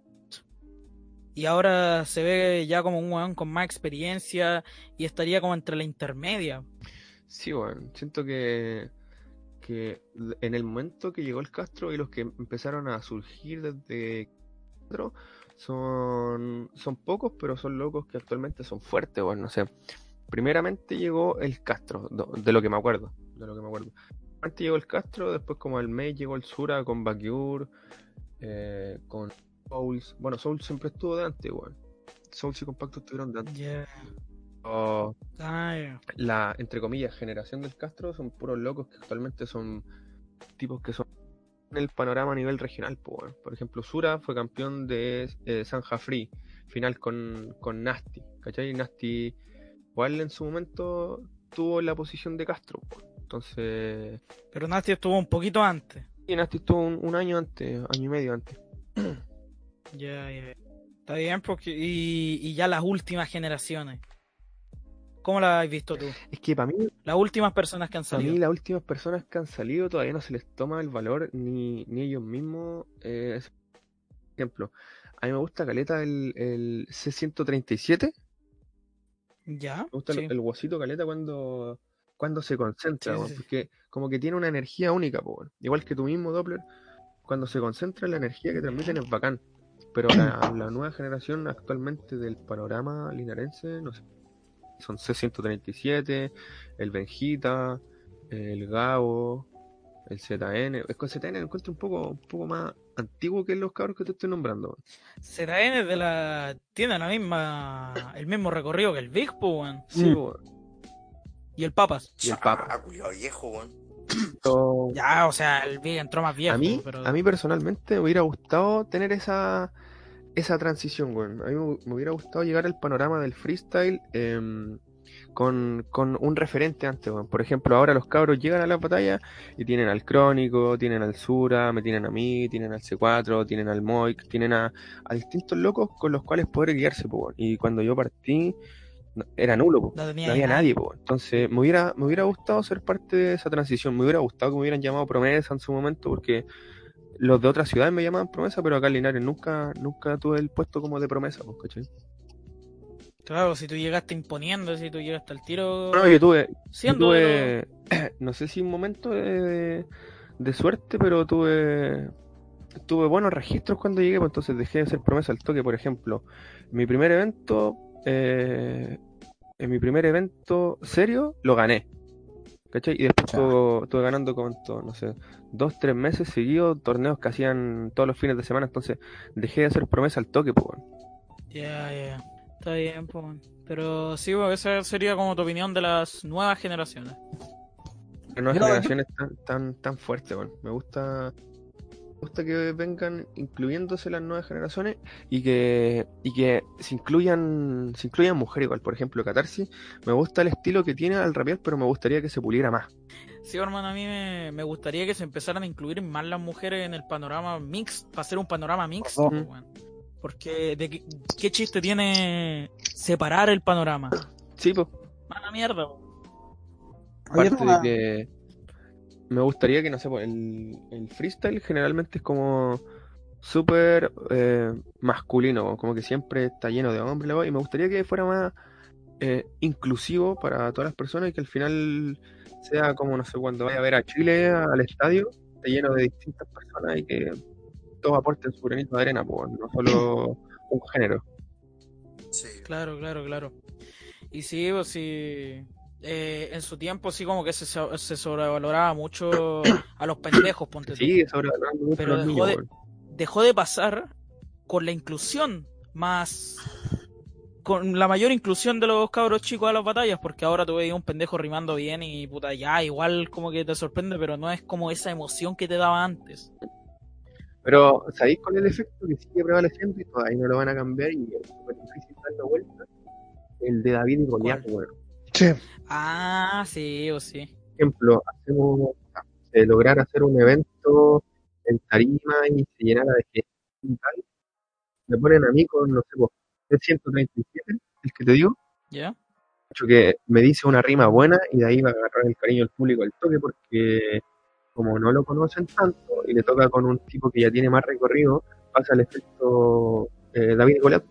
A: Y ahora se ve ya como un weón con más experiencia y estaría como entre la intermedia.
E: Sí, weón. Siento que, que en el momento que llegó el Castro y los que empezaron a surgir desde Castro son, son pocos, pero son locos que actualmente son fuertes, weón. No sé. Primeramente llegó el Castro, do- de lo que me acuerdo. De lo que me acuerdo. Antes llegó el Castro, después como al mes llegó el Sura con Bakiur, eh, con Souls. Bueno, Souls siempre estuvo delante, weón. Souls y Compacto estuvieron Oh, delante.
A: Ya.
E: Pero
A: Ah, ya.
E: la, entre comillas, generación del Castro son puros locos que actualmente son tipos que son en el panorama a nivel regional. po, weón. Por ejemplo, Sura fue campeón de eh, San Jafri, final con, con Nasty. ¿Cachai? Nasty igual en su momento tuvo la posición de Castro. po. Entonces,
A: Pero Nasty estuvo un poquito antes.
E: y Nasty estuvo un, un año antes, año y medio antes.
A: Ya, ya. Está bien, porque. Y, y ya las últimas generaciones. ¿Cómo las has visto tú?
E: Es que para mí
A: Las últimas personas que han
E: A mí
A: salido.
E: las últimas personas que han salido todavía no se les toma el valor ni, ni ellos mismos. eh, por ejemplo, a mí me gusta Caleta el, el C137.
A: ¿Ya?
E: Me gusta el-
A: Sí.
E: el, huesito Caleta cuando, cuando se concentra,
A: Sí, Mm. sí,
E: weón,
A: sí.
E: porque como que tiene una energía única, po, weón. igual que tú mismo, Doppler. Cuando se concentra la energía que transmiten es bacán. Pero la, la nueva generación actualmente del panorama linarense, no sé, son C137, el Benjita, el Gabo, el ZN. Es con ZN lo encuentro un poco, un poco más antiguo que los cabros que te estoy nombrando. weón.
A: ZN es de la. Tiene la misma. El mismo recorrido que el Big po, weón.
E: Sí,
F: Mm.
E: weón.
A: Y el Papas.
E: Y el Papa.
C: Ah, culiao viejo, weón.
E: Pero-
A: Ya, o sea, el Big entró más viejo.
E: a mí,
A: pero...
E: a mí personalmente me hubiera gustado tener esa, esa transición, weón. A mí me, me hubiera gustado llegar al panorama del freestyle em, con, con un referente antes, weón. Por ejemplo, ahora los cabros llegan a la batalla y tienen al Crónico, tienen al Sura, me tienen a mí, tienen al C4, tienen al Moik, tienen a, a distintos locos con los cuales poder guiarse, po, weón. Y cuando yo partí, no- era nulo, po.
A: No tenía
E: No había
A: nada.
E: nadie, po. entonces me hubiera, me hubiera gustado ser parte de esa transición, me hubiera gustado que me hubieran llamado promesa en su momento, porque los de otras ciudades me llamaban promesa, pero acá en Linares nunca, nunca tuve el puesto como de promesa, po, ¿cachai?
A: Claro, si tú llegaste imponiendo, si tú llegaste al tiro.
E: Bueno, yo tuve, yo
A: siendo. de los-
E: tuve, no sé si un momento de, de suerte, pero tuve, tuve buenos registros cuando llegué, pues entonces dejé de ser promesa al toque, por ejemplo, mi primer evento, eh, en mi primer evento serio, lo gané. ¿Cachai? Y después
F: Ya.
E: estuvo- estuve ganando cuánto, no sé, dos, tres meses seguidos, torneos que hacían todos los fines de semana, entonces dejé de ser promesa al toque, pues. weón.
A: Ya, ya. Está bien, po, weón. Pero sí, weón, esa sería como tu opinión de las nuevas generaciones.
E: Las
F: No,
E: nuevas
F: yo-
E: generaciones tan, tan, tan fuerte, weón. Me gusta, me gusta que vengan incluyéndose las nuevas generaciones y que, y que se incluyan se incluyan mujeres igual. Por ejemplo, Catarsis, me gusta el estilo que tiene al rapear, pero me gustaría que se puliera más.
A: Sí, hermano, a mí me, me gustaría que se empezaran a incluir más las mujeres en el panorama mix, para hacer un panorama mix. pues,
E: Ujú.
A: Porque, de qué, qué chiste tiene separar el panorama?
E: Sí, pues.
A: Mala mierda. po.
E: Aparte
F: Oye, Roma,
E: de que me gustaría que, no sé, po, el, el freestyle generalmente es como súper eh, masculino, po, como que siempre está lleno de hombres, la wea, y me gustaría que fuera más eh, inclusivo para todas las personas y que al final sea como, no sé, cuando vaya a ver a Chile al estadio, esté lleno de distintas personas y que todos aporten su granito de arena, po, no solo un género.
C: Sí.
A: Claro, claro, claro. Y sí, pues sí. eh, en su tiempo sí como que se, so- se sobrevaloraba mucho a los pendejos, ponte tú.
E: Sí, sobre todo
A: Pero
E: los
A: dejó
E: niños,
A: de-
E: po.
A: Dejó de pasar con la inclusión más... Con la mayor inclusión de los cabros chicos a las batallas, porque ahora tú veías un pendejo rimando bien y puta, ya, igual como que te sorprende, pero no es como esa emoción que te daba antes.
E: Pero, ¿sabéis cuál es el efecto que sigue prevaleciendo y todavía no lo van a cambiar y es súper difícil darle vuelta? El de David y Goliat,
A: ¿Cuál?
E: weón.
D: Sí.
A: Ah, sí, o sí.
E: Por ejemplo, hacemos, de lograr hacer un evento en tarima y se llenara de gente y tal, me ponen a mí con, no sé, po, 337, el que te digo,
A: ¿Ya?
E: hecho que me dice una rima buena y de ahí va a agarrar el cariño del público al toque porque como no lo conocen tanto y le toca con un tipo que ya tiene más recorrido, pasa el efecto eh, David Golat,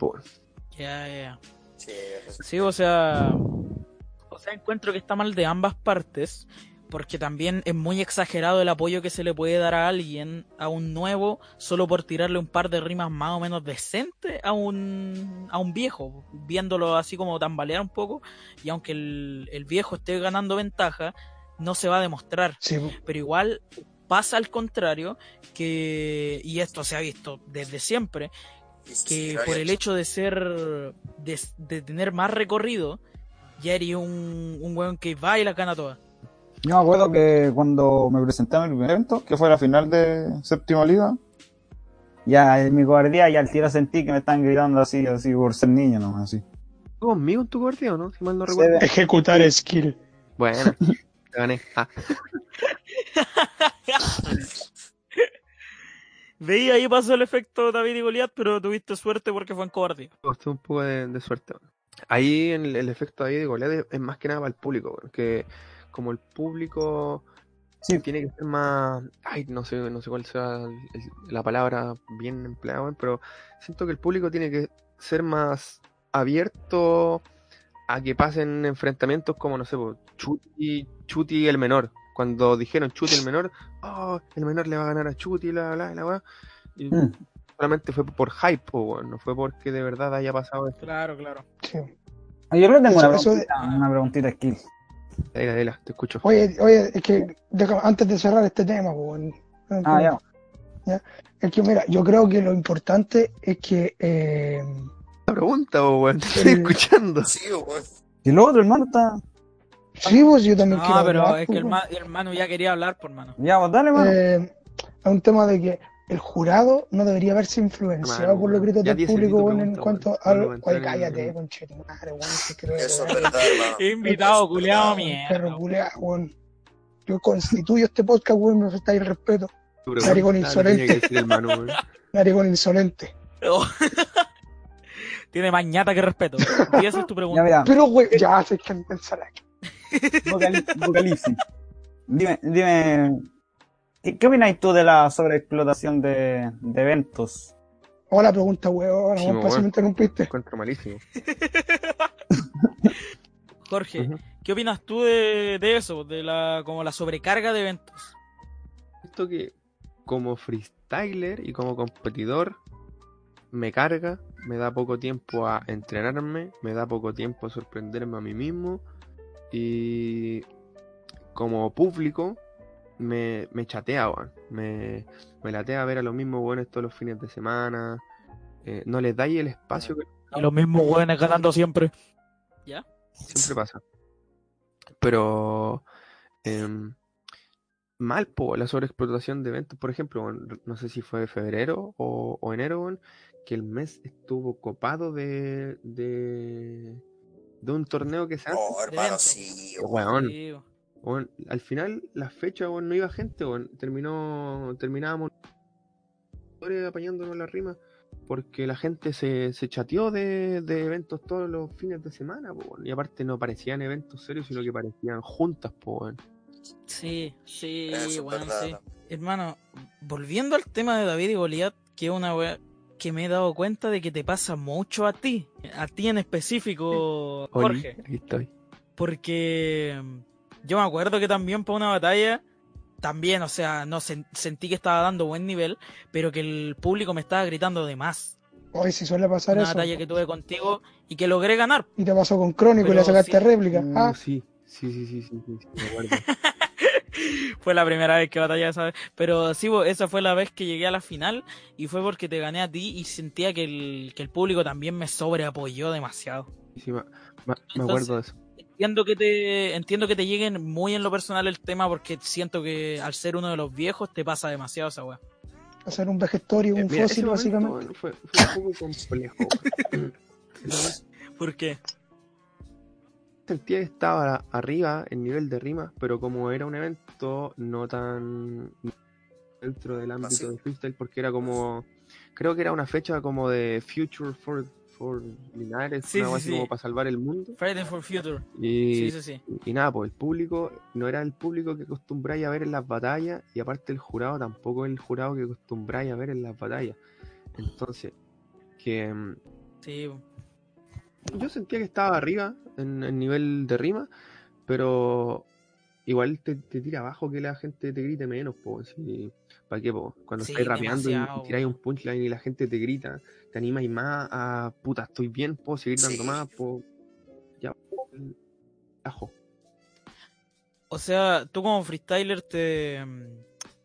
A: Ya, ya, ya.
C: Sí, es-
A: Sí, o sea, o sea, encuentro que está mal de ambas partes, porque también es muy exagerado el apoyo que se le puede dar a alguien, a un nuevo, solo por tirarle un par de rimas más o menos decentes a un, a un viejo, viéndolo así como tambalear un poco, y aunque el, el viejo esté ganando ventaja, no se va a demostrar
D: Sí,
A: pero igual pasa al contrario que y esto se ha visto desde siempre
C: y sí,
A: que
C: lo había
A: por el
C: hecho.
A: hecho de ser de, de tener más recorrido ya eres un, un weón que va y la gana todas
B: Yo me acuerdo que cuando me presentaron en el primer evento, que fue la final de séptima liga, ya en mi cobardía ya al tiro sentí que me estaban gritando así, así por ser niño nomás, así.
E: ¿Tú conmigo en tu guardia o no? Si mal no
B: Se
E: recuerdo.
B: ve.
D: Ejecutar skill.
E: Bueno, te gané. Ah,
A: veía ahí pasó el efecto David y Goliat pero tuviste suerte porque fue en cobardía
E: costó un poco de, de suerte. weón. Ahí en el, el efecto David Golat es, es más que nada para el público, weón, que como el público
B: Sí.
E: tiene que ser más... Ay, no sé, no sé cuál sea el- el- la palabra bien empleada, weón, pero siento que el público tiene que ser más abierto a que pasen enfrentamientos como, no sé, po, Chuti, Chuti el menor. Cuando dijeron Chuti el menor, oh, el menor le va a ganar a Chuti, la, bla, bla, bla. Y
B: Mm.
E: Solamente fue por hype, po, weón, no fue porque de verdad haya pasado esto.
A: claro claro
D: Sí.
B: Yo creo que tengo
D: Eso-
B: una
D: eso de-
B: preguntita, una preguntita aquí.
E: Dale, dale, te escucho.
D: Oye, oye, es que deja- antes de cerrar este tema, po, en- en-
B: Ah, ya.
D: es que mira, yo creo que lo importante es que eh,
E: La pregunta, po, weón, te estoy
D: Eh,
E: escuchando.
C: Sí, weón.
B: Y lo otro, hermano, está...
D: sí, pues yo también quiero
A: no Ah, pero
D: hablar, pues,
A: es
D: po,
A: que el,
D: weón.
A: ma- el Manu ya quería hablar por mano
B: Ya, pues dale, hermano.
D: Eh, es un tema de que el jurado no debería haberse influenciado
E: Mano,
D: por los gritos
E: ya
D: del
E: diez segundos
D: público weón, en
E: pregunta,
D: cuanto
E: weón.
D: a
E: No lo voy a
D: oye
E: entrar en-
D: cállate conchetumare weón si creo
C: Eso es
D: weón,
C: verdad, hermano.
A: invitado culiao
C: Perdón,
D: perro
A: mierda
D: culeado weón yo constituyo este podcast weón me falta el respeto
E: Tu
D: Maricón
E: pregunta la tenía que decir el Manu, weón.
D: narigón insolente
A: tiene más ñata que respeto y esa es
B: Ya,
A: tu pregunta
B: mira,
D: pero weón ya se echan pensar aquí
B: vocali- vocalipsis. Dime, dime, ¿qué, qué opináis tú de la sobreexplotación de, de eventos?
D: hola Oh, pregunta weón
E: Sí,
D: weón, por eso
E: weón.
D: me
E: Lo
D: interrumpiste
E: encuentro malísimo.
A: Jorge
E: Ujú.
A: ¿Qué opinas tú de, de eso? De la, como la sobrecarga de eventos.
E: Esto que como freestyler y como competidor me carga, me da poco tiempo a entrenarme, me da poco tiempo a sorprenderme a mí mismo y como público me, me chatea, weón. Me, me latea ver a los mismos buenos todos los fines de semana. Eh, no les dais el espacio que
A: Y los mismos hueones ganando siempre.
E: siempre pasa. Pero em, mal po, la sobreexplotación de eventos. Por ejemplo, weón, no sé si fue febrero o, o enero, weón, que el mes estuvo copado de, de, de un torneo que se hace.
A: ¿Ah?
C: Oh, hermano, sí. weón.
E: Weón,
A: Sí, bo.
E: weón, al final, la fecha weón, no iba gente, weón. terminó terminábamos apañándonos la rima porque la gente se, se chateó de, de eventos todos los fines de semana. po, weón. y aparte no parecían eventos serios, sino que parecían juntas. Po, weón.
A: sí, sí,
C: Eso es
A: weón,
C: verdad.
A: sí. Hermano, volviendo al tema de David y Goliat, que es una weá que me he dado cuenta de que te pasa mucho a ti, a ti en específico,
E: Oli,
A: Jorge.
E: aquí estoy.
A: Porque mm, yo me acuerdo que también para una batalla, también, o sea, no sen- sentí que estaba dando buen nivel, pero que el público me estaba gritando de más.
D: Hoy si suele pasar
A: Una
D: eso.
A: batalla que tuve contigo y que logré ganar.
D: Y te pasó con Crónico y
A: Pero
D: le sacaste
A: sí.
D: réplica.
E: Uh,
D: Ah,
E: sí, sí, sí, sí, sí, sí, sí, me acuerdo.
A: Fue la primera vez que batallé esa vez. Pero sí, bo, esa fue la vez que llegué a la final y fue porque te gané a ti y sentía que el, que el público también me sobreapoyó demasiado.
E: Sí, me, me- me acuerdo de eso.
A: Entiendo que te entiendo que te lleguen muy en lo personal el tema porque siento que al ser uno de los viejos te pasa demasiado esa weá.
D: hacer un vegetorio,
E: Eh,
D: un
E: mira, ese
D: fósil, básicamente.
E: momento, bueno, fue, fue un poco complejo.
A: ¿Por qué?
E: Sentía que estaba arriba en nivel de rima, pero como era un evento no tan dentro del ámbito
C: Masivo.
E: de freestyle, porque era como. Creo que era una fecha como de Future for, for Linares,
A: Sí,
E: una
A: sí,
E: cosa así
A: sí.
E: como para salvar el mundo.
A: Friday for Future. Sí,
E: Y
A: sí, sí.
E: Y nada, pues el público no era el público que acostumbráis a ver en las batallas y aparte el jurado tampoco es el jurado que acostumbráis a ver en las batallas. Entonces, que mm,
A: Sí,
E: yo sentía que estaba arriba en el nivel de rima, pero igual te, te tira abajo que la gente te grite menos, pues. ¿Para qué, po? Cuando
A: Sí,
E: estáis rapeando y- y,
A: demasiado,
E: tiráis un
A: weón.
E: punchline y la gente te grita, te animáis más a puta, estoy bien, puedo seguir dando
C: Sí.
E: más, po. Ya, ajo.
A: O sea, tú como freestyler te,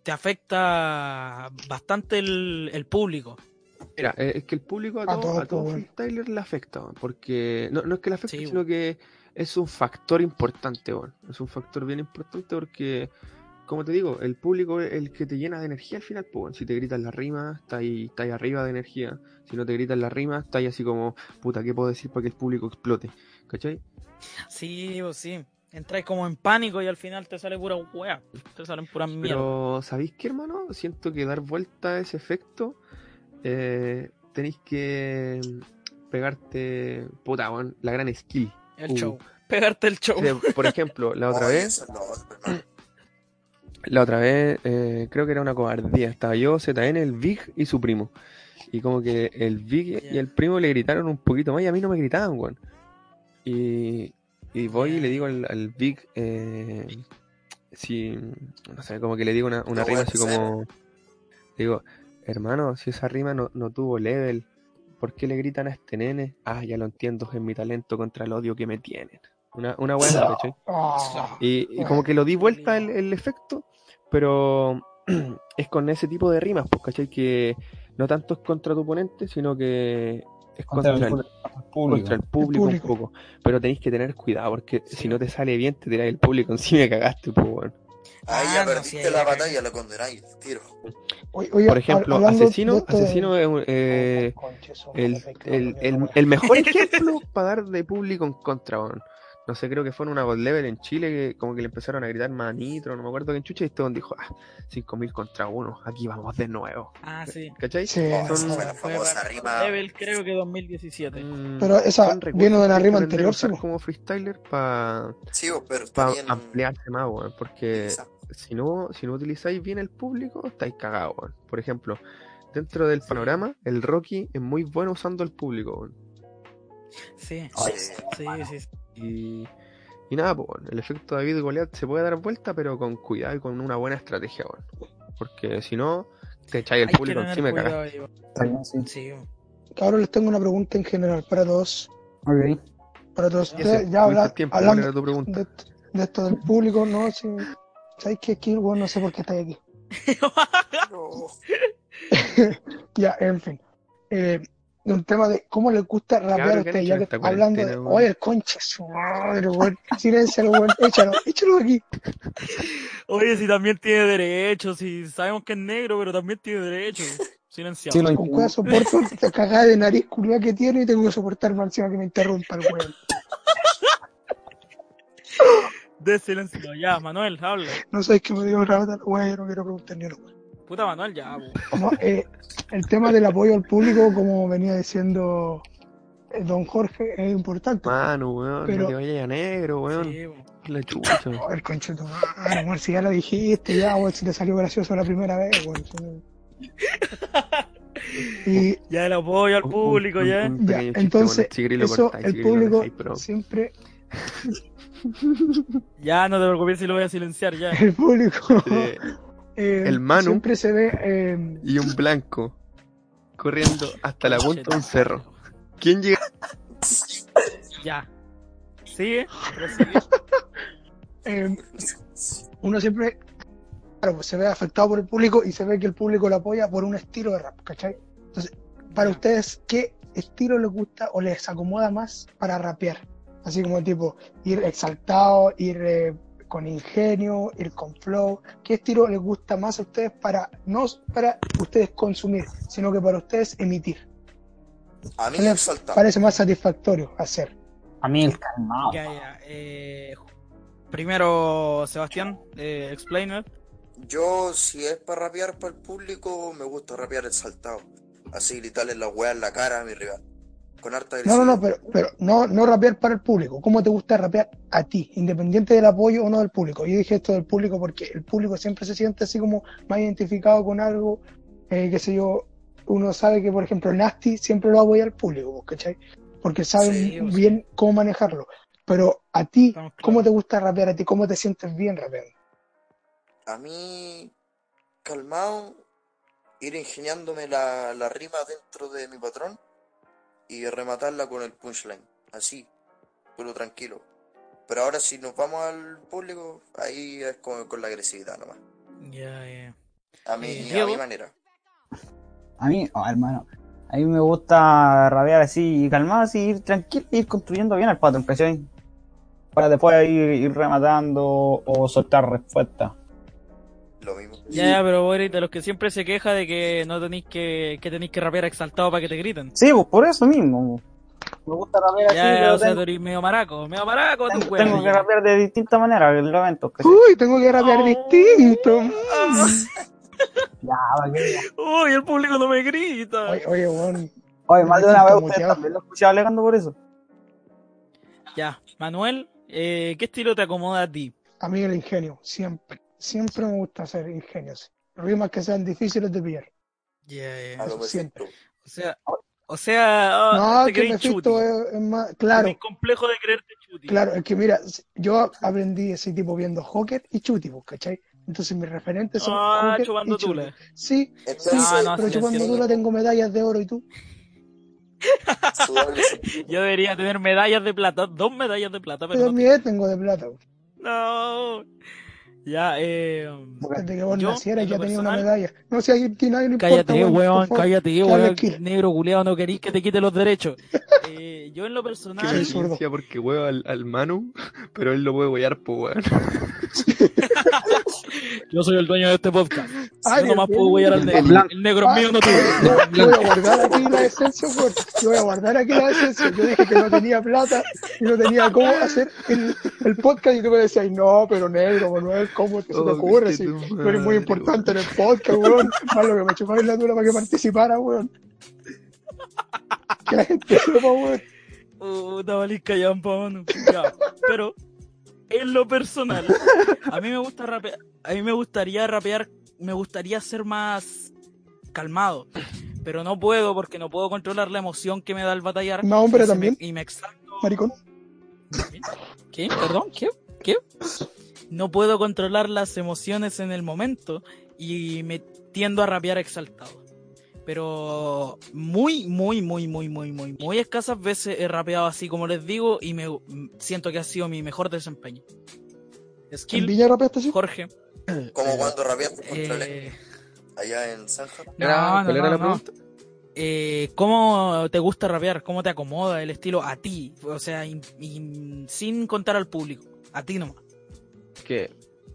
A: te afecta bastante el, el público.
E: Mira, eh, es que el público a
D: A
E: todo,
D: todo,
E: a todo
D: pues, bueno.
E: freestyler le afecta, weón, porque no, no es que le afecte,
A: Sí,
E: sino
A: weón.
E: que es un factor importante, weón. Es un factor bien importante porque, como te digo, el público es el que te llena de energía al final, pues, weón. si te gritan las rimas, está ahí, está ahí arriba de energía. Si no te gritan las rimas, está ahí así como, puta, ¿qué puedo decir para que el público explote? ¿Cachai?
A: Sí, o sí. Entráis como en pánico y al final te sale pura weá. Te salen pura mierda.
E: Pero, ¿sabéis qué, hermano? Siento que dar vuelta a ese efecto eh, tenéis que mm, pegarte, puta, weón, la gran skill.
A: El
E: Uh.
A: show. Pegarte el show.
E: Sí, por ejemplo, la otra
C: Oye,
E: vez,
C: eso es lo otro, hermano.
E: la otra vez, eh, creo que era una cobardía. Estaba yo, ZN, el Big y su primo. Y como que el Big y
A: Ya.
E: el primo le gritaron un poquito más y a mí no me gritaban, weón. Y, y voy y
A: Ya.
E: le digo al, al Big, eh, si, no sé, como que le digo una, una
C: No,
E: rima
C: bueno,
E: así
C: sí.
E: como, digo, hermano, si esa rima no, no tuvo level, ¿por qué le gritan a este nene? Ah, ya lo entiendo, es mi talento contra el odio que me tienen. Una, una weá, así, ¿cachai?
D: Ah,
E: Y, y como
D: Bueno,
E: que lo di
A: qué
E: vuelta el,
A: lindo.
E: el efecto, pero es con ese tipo de rimas, pues, ¿cachai? Que no tanto es contra tu oponente, sino que es contra,
B: Contra el
E: el,
B: público.
E: contra el público,
D: público.
E: un poco. Pero tenéis que tener cuidado, porque
A: Sí.
E: si no te sale bien, te tiráis el público encima y cagaste, pues, weón.
C: Ahí
A: Ah,
C: ya
A: no,
C: perdiste
A: sí, ahí
C: la
A: ya
C: batalla, la condenáis, tiro.
D: oye, oye,
E: Por ejemplo,
D: hablando de
E: Asesino,
D: esto de-
E: Asesino es un- eh,
D: Conche su madre,
E: el,
D: te
E: el,
D: creo,
E: el,
D: weón.
E: el mejor ejemplo para dar de público en contra, weón. No sé, creo que fue en una God Level en Chile que como que le empezaron a gritar manitro, no me acuerdo quién chucha, y este weón dijo, ah, 5000 contra uno, aquí vamos de nuevo.
A: Ah, sí.
E: ¿Cachai?
D: Sí,
C: Oh, esa
E: son-
C: fue la
A: Fue
C: famosa
A: para-
C: rima.
A: Level creo que 2017.
E: Mm,
D: Pero esa
E: son recursos
D: viene de la
E: que hay que
D: rima
E: aprender a
D: anterior,
E: usar
D: sí, po.
E: como freestyler para
C: Sí, vos, pero
E: pa
C: también.
E: ampliarse más, weón, porque
C: esa-
E: si no, si no utilizáis bien el público, estáis cagados, weón. Por ejemplo, dentro del panorama, el Rocky es muy bueno usando el público, weón.
A: Sí,
C: Sí.
A: sí, sí. sí.
E: Y, y nada, po, weón, el efecto David Goliath se puede dar vuelta, pero con cuidado y con una buena estrategia, weón. Porque si no, te echáis el
A: Hay que
E: público
A: tener
E: encima y cagaste.
A: cuidado ahí, bo. Sí. bo.
D: Cabrón, les tengo una pregunta en general para todos.
B: Ok.
D: Para todos
A: Ya
D: ustedes,
E: Ese,
D: ya
E: tuviste
D: habla-
E: tiempo, ¿cuál
D: hablando
E: era tu pregunta?
D: de, esto- de esto del público, ¿no? Sí. ¿Sabéis que aquí, bueno, no sé por qué estáis aquí?
C: No.
D: ya, en fin. Eh, de un tema de cómo les gusta rapear a
E: Cabrón,
D: ustedes,
E: ¿qué
D: ya
E: han
D: que
E: hecho en esta
D: hablando de,
E: cuarentena, weón?
D: oye, el concha, de su madre, weón, silencialo, weón, échalo, échalo de aquí.
A: Oye, si también tiene derechos, si sabemos que es negro, pero también tiene derechos. Silenciado.
B: Sí, lo
D: Con
B: entiendo.
D: cuál soporto esta cagada de nariz culiada que tiene y tengo que soportar más encima que me interrumpa el weón.
A: De silencio. Ya, Manuel, habla.
D: No sabes que me dio rabata la weón, yo no quiero preguntar ni una weón.
A: Puta Manuel, ya. po.
D: No, eh, el tema del apoyo al público, como venía diciendo eh, don Jorge, es importante.
E: Mano, weón,
D: Pero-
E: no te vayas a negro, weón.
A: Sí, po.
E: La chucha.
D: Oh, el concho de tu madre, weón, si ya lo dijiste, ya, weón, si te salió gracioso la primera vez, weón. si no- Y
A: ya el apoyo al
E: Un-
A: público,
E: un-
A: ya.
E: un
D: ya,
E: pequeño chiste,
D: entonces,
E: bueno, chiquillo,
D: eso,
E: cortáis,
D: el
E: chiquillo, lo
D: público
E: dejáis, pero-
D: siempre,
A: Ya, no te preocupes si lo voy a silenciar, ya.
D: el público,
E: Eh,
D: eh,
E: el Manu.
D: siempre se ve, eh,
E: y un blanco corriendo hasta la punta de un cerro. ¿Quién llega?
A: Ya. ¿Sigue? prosigue.
D: eh, uno siempre, claro, pues, se ve afectado por el público y se ve que el público lo apoya por un estilo de rap, ¿cachai? Entonces, para ustedes, ¿qué estilo les gusta o les acomoda más para rapear? Así como tipo, ir exaltado, ir eh, con ingenio, ir con flow. ¿Qué estilo les gusta más a ustedes para, no para ustedes consumir, sino que para ustedes emitir?
C: A mí
D: Hola,
C: exaltado.
D: Parece más satisfactorio hacer.
F: A mí el calmado.
A: Ya, ya. eh, primero, Sebastián, eh, explainer.
C: Yo, si es para rapear para el público, me gusta rapear el saltado. Así gritarle la weá en la cara a mi rival. Con harta
D: No, no,
C: agresividad.
D: no, pero, pero no, no rapear para el público. ¿Cómo te gusta rapear a ti, independiente del apoyo o no del público? Yo dije esto del público porque el público siempre se siente así como más identificado con algo, eh, qué sé yo, uno sabe que, por ejemplo, Nasty siempre lo apoya al público, ¿cachai? Porque sabe
C: Sí,
A: pues,
D: bien cómo manejarlo. Pero a ti,
A: Estamos claros.
D: ¿cómo te gusta rapear a ti? ¿Cómo te sientes bien rapeando?
C: A mí, calmado, ir ingeniándome la, la rima dentro de mi patrón y rematarla con el punchline. Así, puro tranquilo. Pero ahora si nos vamos al público, ahí es con, con la agresividad nomás.
A: Ya, ya.
C: A mi,
A: Eh,
C: a
A: Diego.
C: mi manera.
F: A mí, oh, hermano, a mí me gusta rabiar así, calmado, así, ir tranquilo, ir construyendo bien el patrón, ¿cachai? Para después ir, ir rematando o soltar respuestas.
C: Lo mismo.
A: Ya, ya, pero vos eres de los que siempre se queja de que no tenéis que, que tenéis que rapear exaltado para que te griten.
F: Sí, pues por eso mismo. Me gusta rabiar así,
A: Ya, ya,
F: pero
A: o sea, tú
F: tengo,
A: eres medio maraco, medio maraco, tu
F: tengo-
A: wea.
F: tengo que rabiar de distinta manera en los eventos, ¿cachai?
D: Uy, tengo que rapear
A: Oh.
D: distinto.
F: Ya,
B: Ah,
F: va que-
A: Uy, el público no me grita.
D: Oye, oye, weón.
F: Oye, más de una vez ustedes
D: Muteado.
F: también lo escuchaba alegando por eso.
A: Ya, Manuel, eh, ¿qué estilo te acomoda a ti?
D: A mí el ingenio, siempre. Siempre me gusta hacer ingenios. Rimas que sean difíciles de pillar.
A: Ya,
C: A lo mejor
D: siempre.
C: tú.
A: O sea, o sea, ah,
D: no,
A: te
D: que
A: crees chuti.
D: Mephisto es, es más. Claro,
A: Tenés complejo de creerte chuti.
D: claro, es que mira, yo aprendí ese tipo viendo Joker y Chuti, pues, ¿cachai? Entonces mis referentes son
A: Ah,
D: Joker
A: chupando
D: y Chuti.
A: tula.
D: Sí, sí,
C: Entonces,
A: Ah, no,
D: pero
A: sí,
D: yo cuando
A: entiendo.
D: dura tengo medallas de oro y tú.
C: su doble sentido.
A: Yo debería tener medallas de plata, dos medallas de plata, pero no.
D: Pero mi edad tengo de plata. pues.
A: No. Ya, eh.
D: Desde que vos
A: Yo,
D: nacieras
A: en
D: ya
A: lo
D: tenía una
A: personal-
D: medalla. No sé, aquí nadie le importa.
A: Cállate,
D: weón, por
A: weón,
D: favor.
A: cállate,
D: que
A: weón.
D: hable aquí.
A: Negro culiado, no querís que te quite los derechos. Eh, yo en lo personal.
E: Qué
D: Ah, el zurdo.
E: beneficia porque hueva al, al Manu, pero él lo puede huear, pues weón.
A: Yo soy el dueño de este podcast.
D: Ah,
A: yo nomás
D: bien.
A: puedo huear al negro.
E: Blanco.
A: El negro es mío, no tú.
D: Ah, Yo voy a guardar aquí la esencia, weón. Yo voy a guardar aquí la esencia. Yo dije que no tenía plata y no tenía cómo hacer el, el podcast. Y tú me decías, no, pero negro, Manuel, ¿cómo te, se te
E: Oh,
D: ocurre?
E: viste
D: Si
E: tú,
D: tú eres muy
E: madre,
D: importante en el podcast, weón. Malo que me chupabas la dura para que participara, weón. Que la gente sepa, weón.
A: Puta valisca ya, mano. Ya, pero en lo personal, a mí me gusta rapear, a mí me gustaría rapear, me gustaría ser más calmado, pero no puedo porque no puedo controlar la emoción que me da el batallar.
D: No, hombre,
A: y se
D: también.
A: me- y me exalto.
D: Maricón.
A: ¿Qué? ¿Perdón? ¿Qué? ¿Qué? No puedo controlar las emociones en el momento y me tiendo a rapear exaltado. Pero muy, muy, muy, muy, muy, muy, muy escasas veces he rapeado así como les digo y me m- siento que ha sido mi mejor desempeño.
D: ¿En
A: Skill,
D: Viña rapeaste así?
A: Jorge.
C: Como cuando rapeaste contra el
A: eh,
C: allá en Sanja.
A: no,
E: Era-
A: no,
E: ¿Cuál era
A: no,
E: la
A: no.
E: pregunta?
A: eh, cómo te gusta rapear, cómo te acomoda el estilo a ti, o sea, in- in- sin contar al público, a ti nomás.
E: que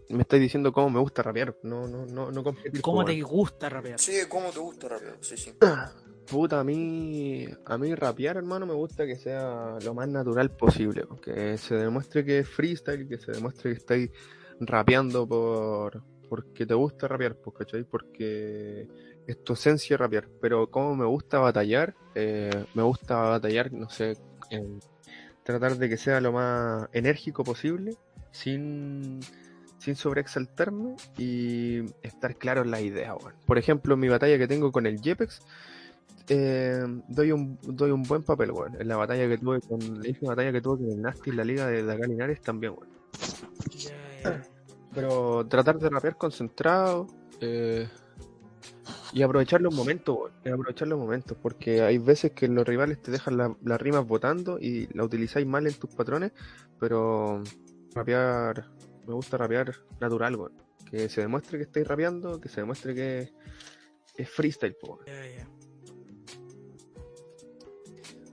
E: me estáis diciendo cómo me gusta rapear. No, no, no, no competir.
A: ¿Cómo
E: po,
A: te
E: weón.
A: gusta rapear?
C: Sí, ¿cómo te gusta rápido? Sí, sí.
A: Ah,
E: Puta, a mí, a mí rapear, hermano, me gusta que sea lo más natural posible. po, Que se demuestre que es freestyle, que se demuestre que estáis rapeando por porque te gusta rapear, po, ¿cachai? Porque es tu esencia rapear. Pero como me gusta batallar, eh, me gusta batallar, no sé, en tratar de que sea lo más enérgico posible, sin, sin sobreexaltarme y estar claro en la idea, weón. Por ejemplo, en mi batalla que tengo con el Jepex, eh, doy, un, doy un buen papel, weón. En la batalla que tuve con, la última batalla que tuve con el Nasty en la liga de Dakar Linares también, weón.
A: Ya, ya.
E: Pero tratar de rapear concentrado eh, y aprovechar los momentos, weón, y aprovechar los momentos, porque hay veces que los rivales te dejan la- las rimas votando y la utilizáis mal en tus patrones, pero rapear, me gusta rapear natural, weón. que se demuestre que estáis rapeando, que se demuestre que es freestyle, po, weón.
A: Ya, ya.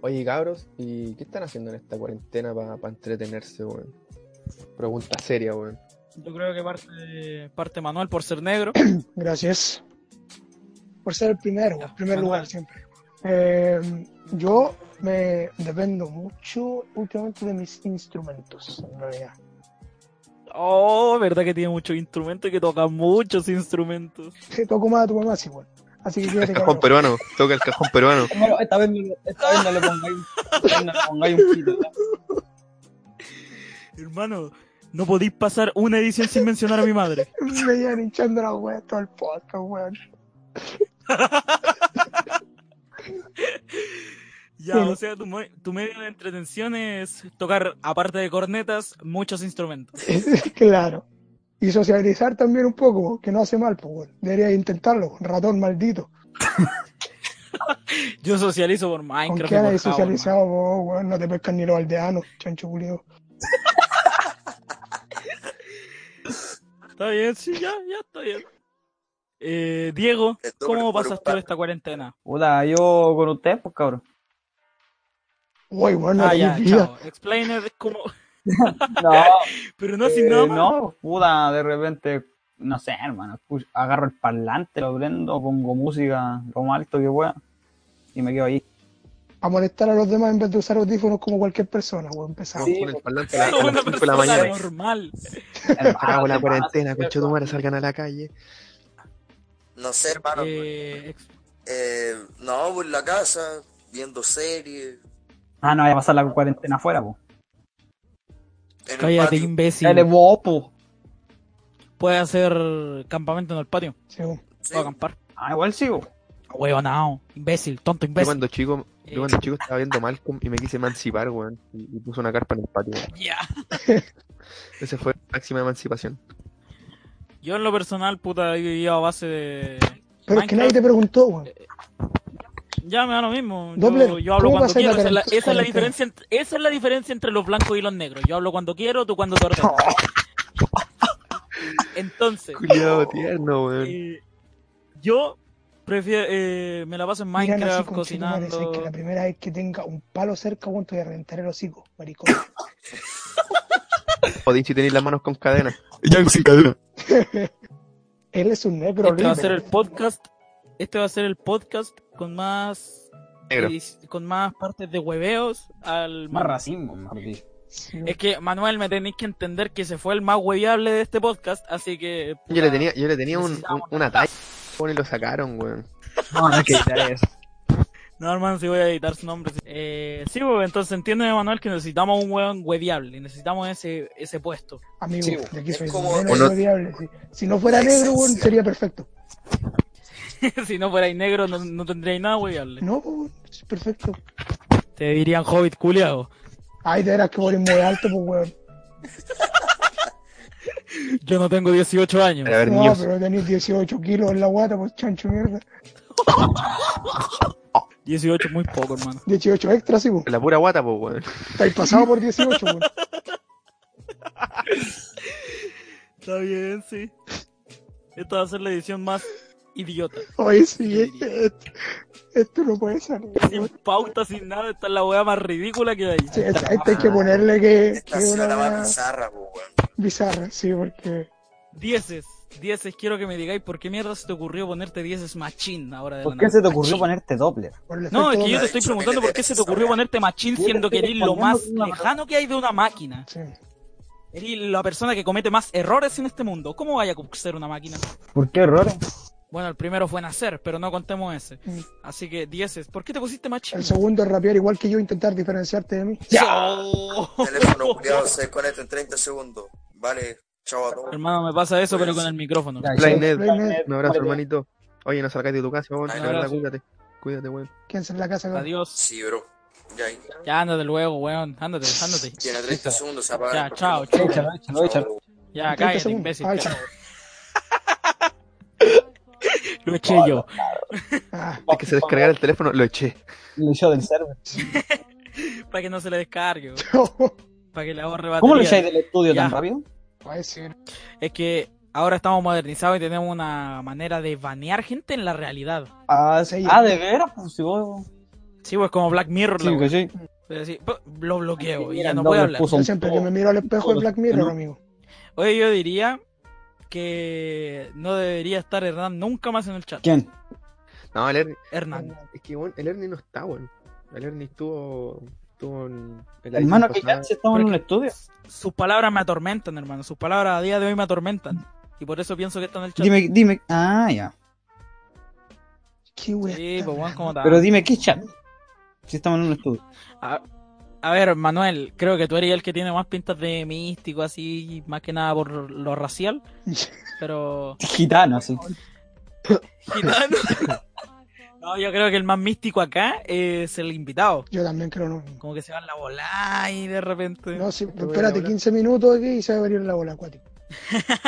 E: Oye, cabros, ¿y qué están haciendo en esta cuarentena para entretenerse, weón? Pregunta seria, weón.
A: Yo creo que parte, parte Manuel por ser negro.
D: Gracias. Por ser el primero,
A: Ya,
D: el primer
A: Manuel.
D: lugar siempre. Eh, yo me dependo mucho últimamente de mis instrumentos, en realidad.
A: Oh, verdad que tiene muchos instrumentos y que toca muchos instrumentos.
D: Que toco más a tu mamá, sí, bueno. Así que quédate
E: Cajón
D: cabrón.
E: peruano, toca el cajón peruano.
F: Bueno, esta vez, no- esta vez no le pongáis esta vez no le pongáis un pito. ¿verdad?
A: Hermano, no podéis pasar una edición sin mencionar a mi madre.
D: Me llevan hinchando la wea todo el podcast, weón.
A: Ya, o sea, tu, mo- tu medio de entretención es tocar, aparte de cornetas, muchos instrumentos.
D: claro. Y socializar también un poco, que no hace mal, pues, weón. Debería intentarlo, ratón maldito.
A: Yo socializo por
D: ¿Con
A: Minecraft.
D: qué
A: y por
D: nadie
A: Java,
D: socializado, vos, weón? No te pescan ni los aldeanos, chancho culiao.
A: hermano. Está bien, sí, ya, ya está bien. Eh, Diego,
C: El doble
A: ¿cómo
C: por un
A: pasas tú
C: par.
A: esta cuarentena?
F: Puta, yo con usted, pues cabrón.
D: Uy, weón, no
A: Ah,
D: tenés
A: ya,
D: vida.
A: chao. Explainer es como...
F: No,
A: Pero no,
F: eh,
A: sin nada más.
F: no, puta, de repente, no sé, hermano, escucho- agarro el parlante, lo prendo, pongo música lo más alto que pueda y me quedo ahí.
D: a molestar a los demás en vez de usar audífonos como cualquier persona, weón. Empezamos.
E: Vamos con el parlante a, la- a
A: Como una
E: las 5 de
A: persona
E: la mañana.
A: normal.
F: Ah,
E: Acabo la cuarentena, conchetumare, salgan a la calle.
C: No sé, hermano.
A: Eh, ex-
C: Eh, no, pues en la casa, viendo series.
F: Ah, no, voy a pasar la cuarentena afuera, pues.
C: En el
A: cállate,
C: patio.
A: imbécil.
F: Eres vos, po.
A: Puede hacer campamento en el patio.
D: Sí, weón.
C: Sí,
A: Puedo acampar.
F: Ah, igual sí, po.
A: Huevonao. Imbécil, tonto
E: Yo
A: imbécil.
E: cuando chico,
A: Eh.
E: yo cuando chico estaba viendo Malcolm y me quise emancipar, weón. Y, y puse una carpa en el patio. weón.
A: Ya.
E: Esa fue la máxima emancipación.
A: Yo en lo personal, puta, yo vivía a base de.
D: Pero es que
A: Minecraft.
D: nadie te preguntó, weón.
A: Ya me da lo mismo. Yo,
D: Doble,
A: yo hablo
D: ¿cómo
A: cuando
D: pasa en
A: quiero.
D: la
A: Esa es, la, esa
D: cuarentena?
A: es la diferencia, ent- esa es la diferencia entre los blancos y los negros. Yo hablo cuando quiero, tú cuando te ordenas. Entonces,
E: Cuidado tierno, weón.
A: eh, yo prefiero. eh, me la paso en
D: Miran así
A: Minecraft,
D: con chitumares, es que la
A: cocinando.
D: primera vez que tenga un palo cerca, weón, te voy a reventar el hocico, maricón.
E: Podéis si tenéis las manos con cadena.
D: Él es un negro,
A: Este va a
D: libre.
A: ser el podcast. Este va a ser el podcast con más.
E: Negro.
A: edis- Con más partes de hueveos al
F: Más racismo, mejor dicho.
D: Sí, weón.
A: Es que, Manuel, me tenéis que entender que se fue el más hueviable de este podcast, así que.
E: Yo le tenía, yo le tenía un, un,
A: Necesitamos-
E: una talla, weón, y lo sacaron, weón.
F: No, no hay que evitar eso.
A: No, hermano, si voy a editar su nombre. sí. Eh, sí, pues, entonces entiende, Manuel, que necesitamos un hueón hueviable, necesitamos ese, ese puesto.
D: Amigo,
F: Sí,
D: de aquí soy
C: es como-
D: moreno,
E: o no-
D: soy diable, sí. Si no fuera negro, weón, sería perfecto.
A: si no fuerais negro, no, no tendríais nada hueviable.
D: No, weón, es perfecto.
A: Te dirían hobbit culiado.
D: Ay, de veras que voy muy alto, pues, weón.
A: Yo no tengo 18 años.
E: A ver,
D: No,
E: niños.
D: pero tenés 18 kilos en la guata, pues, chancho mierda.
A: 18 es muy poco, hermano.
D: 18 extra, sí, weón.
E: La pura guata, pues, weón.
D: Estáis pasado por 18, weón.
A: Está bien, sí. Esta va a ser la edición más idiota.
D: Oye, sí, este- este- esto no Este, puede ser.
A: Sin pauta, sin nada, esta es la weá más ridícula que hay.
D: Sí, a esta- a esta este, hay que ponerle que, que
C: Esta ha sido la
D: una
C: más bizarra, po, pues, weón.
D: bizarra, sí, porque
A: Dieces, dieces, quiero que me digáis por qué mierda se te ocurrió ponerte dieces machín ahora de la
F: ¿Por qué
A: nada?
F: se te ocurrió ponerte Doppler?
D: por el
A: No, es
D: efecto
A: que yo te
D: doble-
A: estoy preguntando por qué se te ocurrió ponerte machín siendo que eres lo más lejano que hay de una máquina.
D: sí.
A: Eres la persona que comete más errores en este mundo. ¿Cómo vaya a ser una máquina?
F: ¿Por qué errores?
A: Bueno, el primero fue nacer, pero no contemos ese.
D: Mm.
A: Así que, dieces, ¿por qué te pusiste machín?
D: El segundo es rapear igual que yo, intentar diferenciarte de mí.
A: Oh.
C: Teléfono cuidado, se desconecta en 30 segundos. Vale, chao a todos.
A: Hermano, me pasa eso, pero con el micrófono.
F: Ya,
E: Blind
F: sí,
E: Ned.
F: Blind
E: Un abrazo,
F: Ned.
E: hermanito. Oye, no salgáis de tu casa, vamos,
C: Un
E: la verdad,
A: abrazo.
E: cuídate. Cuídate, weón.
D: Quédense en la casa. cabrón.
A: Adiós.
C: Sí, bro. Ya, ahí.
A: Ya, ándate luego, weón. Ándate, ándate.
C: tiene 30 segundos, se apaga.
A: Ya,
C: el
A: chao,
F: Échalo,
C: programa.
F: échalo, échalo.
A: Ya,
D: 30
A: cállate,
D: segundos.
A: imbécil.
D: Ah,
A: chao.
D: chao.
A: Lo eché yo.
D: Ah,
E: Es que se descargara el teléfono, lo eché.
F: Lo echó del server.
A: Para que no se le descargue, weón. para que le ahorre batería.
F: ¿Cómo lo echáis del estudio
A: Ya.
F: tan rápido?
D: ay, sí.
A: Es que ahora estamos modernizados y tenemos una manera de banear gente en la realidad.
F: Ah,
D: sí.
F: ah, de veras, pues si vos.
A: Sí, pues como Black Mirror. la
F: Sí,
A: wea.
F: que sí.
A: Pero sí, pu- lo bloqueo y
F: Mira,
A: ya no
F: el
A: puedo
F: Doppler
A: hablar.
F: puso
D: Yo
F: un
D: siempre
F: poco.
D: que me miro al espejo de Black Mirror,
F: No.
D: amigo.
A: Oye, yo diría que no debería estar Hernán nunca más en el chat.
F: ¿Quién?
E: No, el Ernie,
A: Hernán.
E: es que weón, el Ernie no está, weón. El Ernie estuvo, estuvo en, en la
F: Hermano,
E: edición
F: que ya
E: pasada.
F: si estamos en un estudio.
A: Sus palabras me atormentan, hermano. Sus palabras a día de hoy me atormentan. Y por eso pienso que está en el chat.
F: Dime, dime. Ah, ya.
D: Qué wea.
A: Sí, pues bueno, ¿cómo está?
F: Pero dime, ¿qué chat? Si estamos en un estudio.
A: A, a ver, Manuel, creo que tú eres el que tiene más pintas de místico, así, más que nada por lo racial. Pero.
F: Gitano, así.
A: Gitano. No, yo creo que el más místico acá es el invitado.
D: Yo también creo no.
A: Como que se va en la bola y de repente.
D: No, sí,
E: voy a
D: espérate
E: hablar.
D: 15 minutos aquí y se va a venir la bola acuática.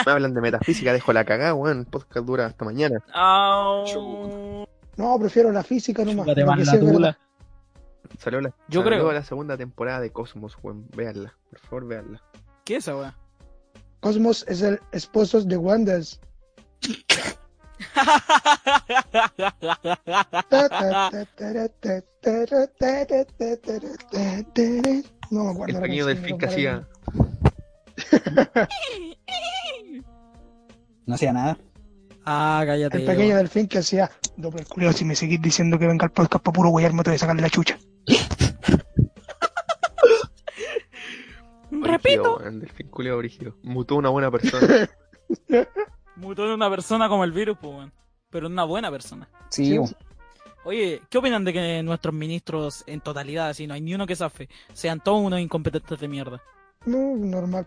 E: Me hablan de metafísica, dejo la cagada, weón. El podcast dura hasta mañana.
A: Au.
D: No, prefiero la física nomás.
A: Chúpate
D: lo
A: más
D: que
A: la
D: sea,
A: tula.
D: ¿verdad?
E: Salió la,
A: Yo
E: salió
A: creo.
E: la segunda temporada de Cosmos, weón. Veanla, por favor, veanla.
A: ¿Qué es esa weá?
D: Cosmos es el esposo de Wanders. Ta, ta, ta, ta, ta, ta, ta, ta, ta, ta, ta, ta, ta. No me acuerdo.
E: El
D: la canción,
E: pequeño delfín que
D: compadre.
E: hacía.
F: No hacía nada.
A: ah, cállate.
D: El pequeño
A: weón.
D: delfín que hacía. Doble culiao, si me seguís diciendo que venga al podcast para puro weyarme, te voy a sacar la chucha.
A: Repito,
E: Brígido, weón, delfín culeo brígido. Mutó una buena persona.
A: mutó en una persona como el virus, pues, weón. Pero en una buena persona.
F: Sí,
D: Sí,
F: vos.
A: Oye, ¿qué opinan de que nuestros ministros en totalidad, si no hay ni uno que zafe, sean todos unos incompetentes de mierda?
D: No, normal.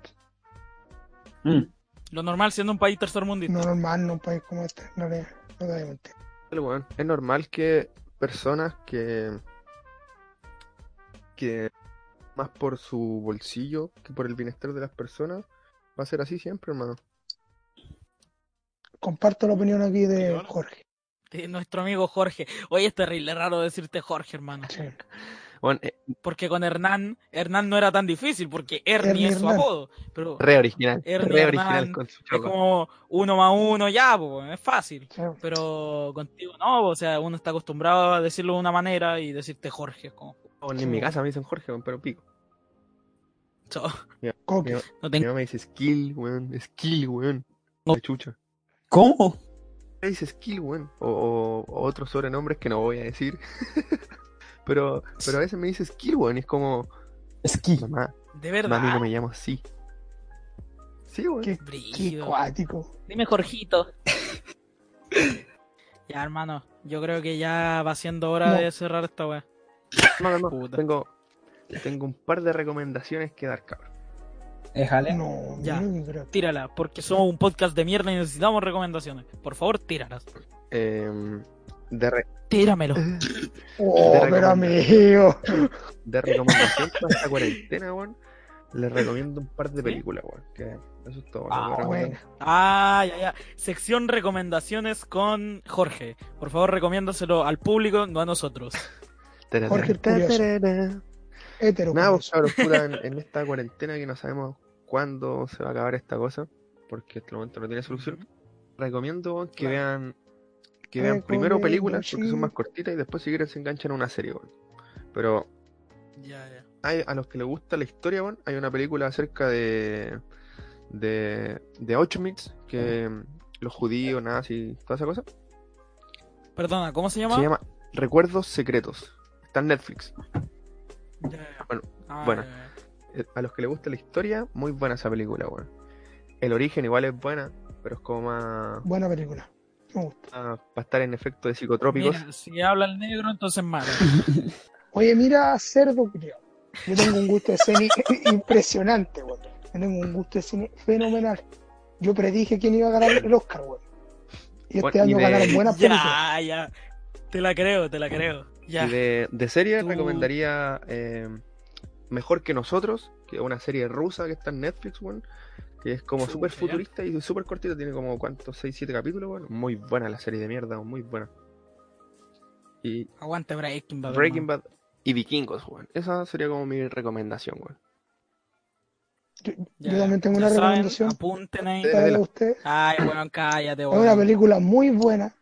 F: Mm.
A: Lo normal siendo un país tercermundista.
D: No normal, no un país como este. No le no te voy a mentir.
E: Pero, weón, es normal que personas que. que más por su bolsillo que por el bienestar de las personas, va a ser así siempre, hermano.
D: Comparto la opinión aquí de Jorge.
A: De Eh, nuestro amigo Jorge. Oye, es terrible raro decirte Jorge, hermano.
D: Sí.
E: Weón, es
A: Porque con Hernán, Hernán no era tan difícil, porque Ernie
D: Ernie
A: es su
D: Hernán.
A: apodo. Pero
E: re original.
A: Ernie
E: Re original
A: Hernán,
E: con su
A: es
E: chapa.
A: como uno más uno, ya, po, es fácil.
D: sí.
A: Pero contigo no, o sea, uno está acostumbrado a decirlo de una manera y decirte Jorge. es Como,
E: Weón, en mi casa me dicen Jorge, weón, pero pico.
A: so,
D: Coque.
A: no
E: Mi
A: tengo.
E: mamá me dice skill, weón. Skill, weón.
A: No.
E: La chucha.
F: ¿Cómo?
E: Me dice skill, weón. O, o- o otros sobrenombres que no voy a decir. pero, pero a veces me dice skill, weón. Y es como,
F: Esquí.
E: mamá,
A: De
E: mami, no
A: verdad.
E: me llamo así. Sí, weón.
D: Qué, qué
A: Brígido.
D: cuático.
A: Dime Jorgito. ya, hermano, yo creo que ya va siendo hora
D: No.
A: de cerrar esta weá.
E: No, no, no.
A: Puta.
E: Tengo, tengo un par de recomendaciones que dar, cabrón.
F: Déjale.
D: No,
A: Ya.
D: yo no creo.
A: Tírala, porque somos un podcast de mierda y necesitamos recomendaciones. Por favor, tíralas.
E: Em, de, re-
A: Tíramelo.
D: Oh, pero
E: recomiendo.
D: amigo.
E: de recomendación para esta cuarentena, weón. Les recomiendo un par de películas, weón. Que eso es todo. lo que
F: Ah,
E: recomiendo.
D: bueno.
A: Ah, ya, ya. Sección recomendaciones con Jorge. Por favor, recomiéndaselo al público, no a nosotros.
E: Tarara,
D: Jorge el Curioso.
E: tarara.
D: Hétero.
E: Nada, pues,
D: curioso.
E: cabros, puta, en, en esta cuarentena que no sabemos cuándo se va a acabar esta cosa, porque hasta el momento no tiene solución, recomiendo weón, que vean que vean primero
D: Recomiendo
E: películas porque son más
D: cinco.
E: cortitas y después si quieren se enganchan a una serie, weón. Pero
A: Ya, ya.
E: hay- a los que les gusta la historia, weón, hay una película acerca de de, de Auschwitz, que mm, los judíos, nazis, toda esa cosa.
A: Perdona, ¿cómo se llama?
E: Se llama Recuerdos Secretos. Está en Netflix.
A: Ya, ya.
E: Bueno,
A: Ah,
E: bueno.
A: ya, ya.
E: Eh, A los que les gusta la historia, muy buena esa película, weón. El origen igual es buena, pero es como más,
D: Buena película. Me gusta.
E: más para estar en efectos de psicotrópicos.
A: Mira, si habla el negro, entonces mal.
D: Oye, mira, cerdo culiao. Yo tengo un gusto de cine impresionante, weón. Yo tengo un gusto de cine fenomenal. Yo predije quién iba a ganar el Oscar, weón. Y este
E: Bueno, y
D: año
E: de-
D: ganaron buenas películas.
A: ya, ya. Te la creo, te la creo. Ya.
E: Y de, de serie
A: Tú-
E: recomendaría eh, Mejor que nosotros, que es una serie rusa que está en Netflix, weón, que es como
A: Chuta,
E: súper
A: ya.
E: futurista y súper cortita, tiene como cuántos, 6, 7 capítulos, weón. Muy buena la serie de mierda, weón, muy buena. Y
A: Aguante Breaking Bad.
E: Breaking
A: hermano.
E: Bad y Vikingos, weón. Esa sería como mi recomendación, weón.
D: Yo,
A: Ya,
D: yo también tengo
A: ya
D: una
A: saben,
D: recomendación
A: apunten ahí.
E: Eh.
D: para
E: Dela.
D: usted.
A: Ay, weón, cállate,
D: Es una
A: weón.
D: película muy buena,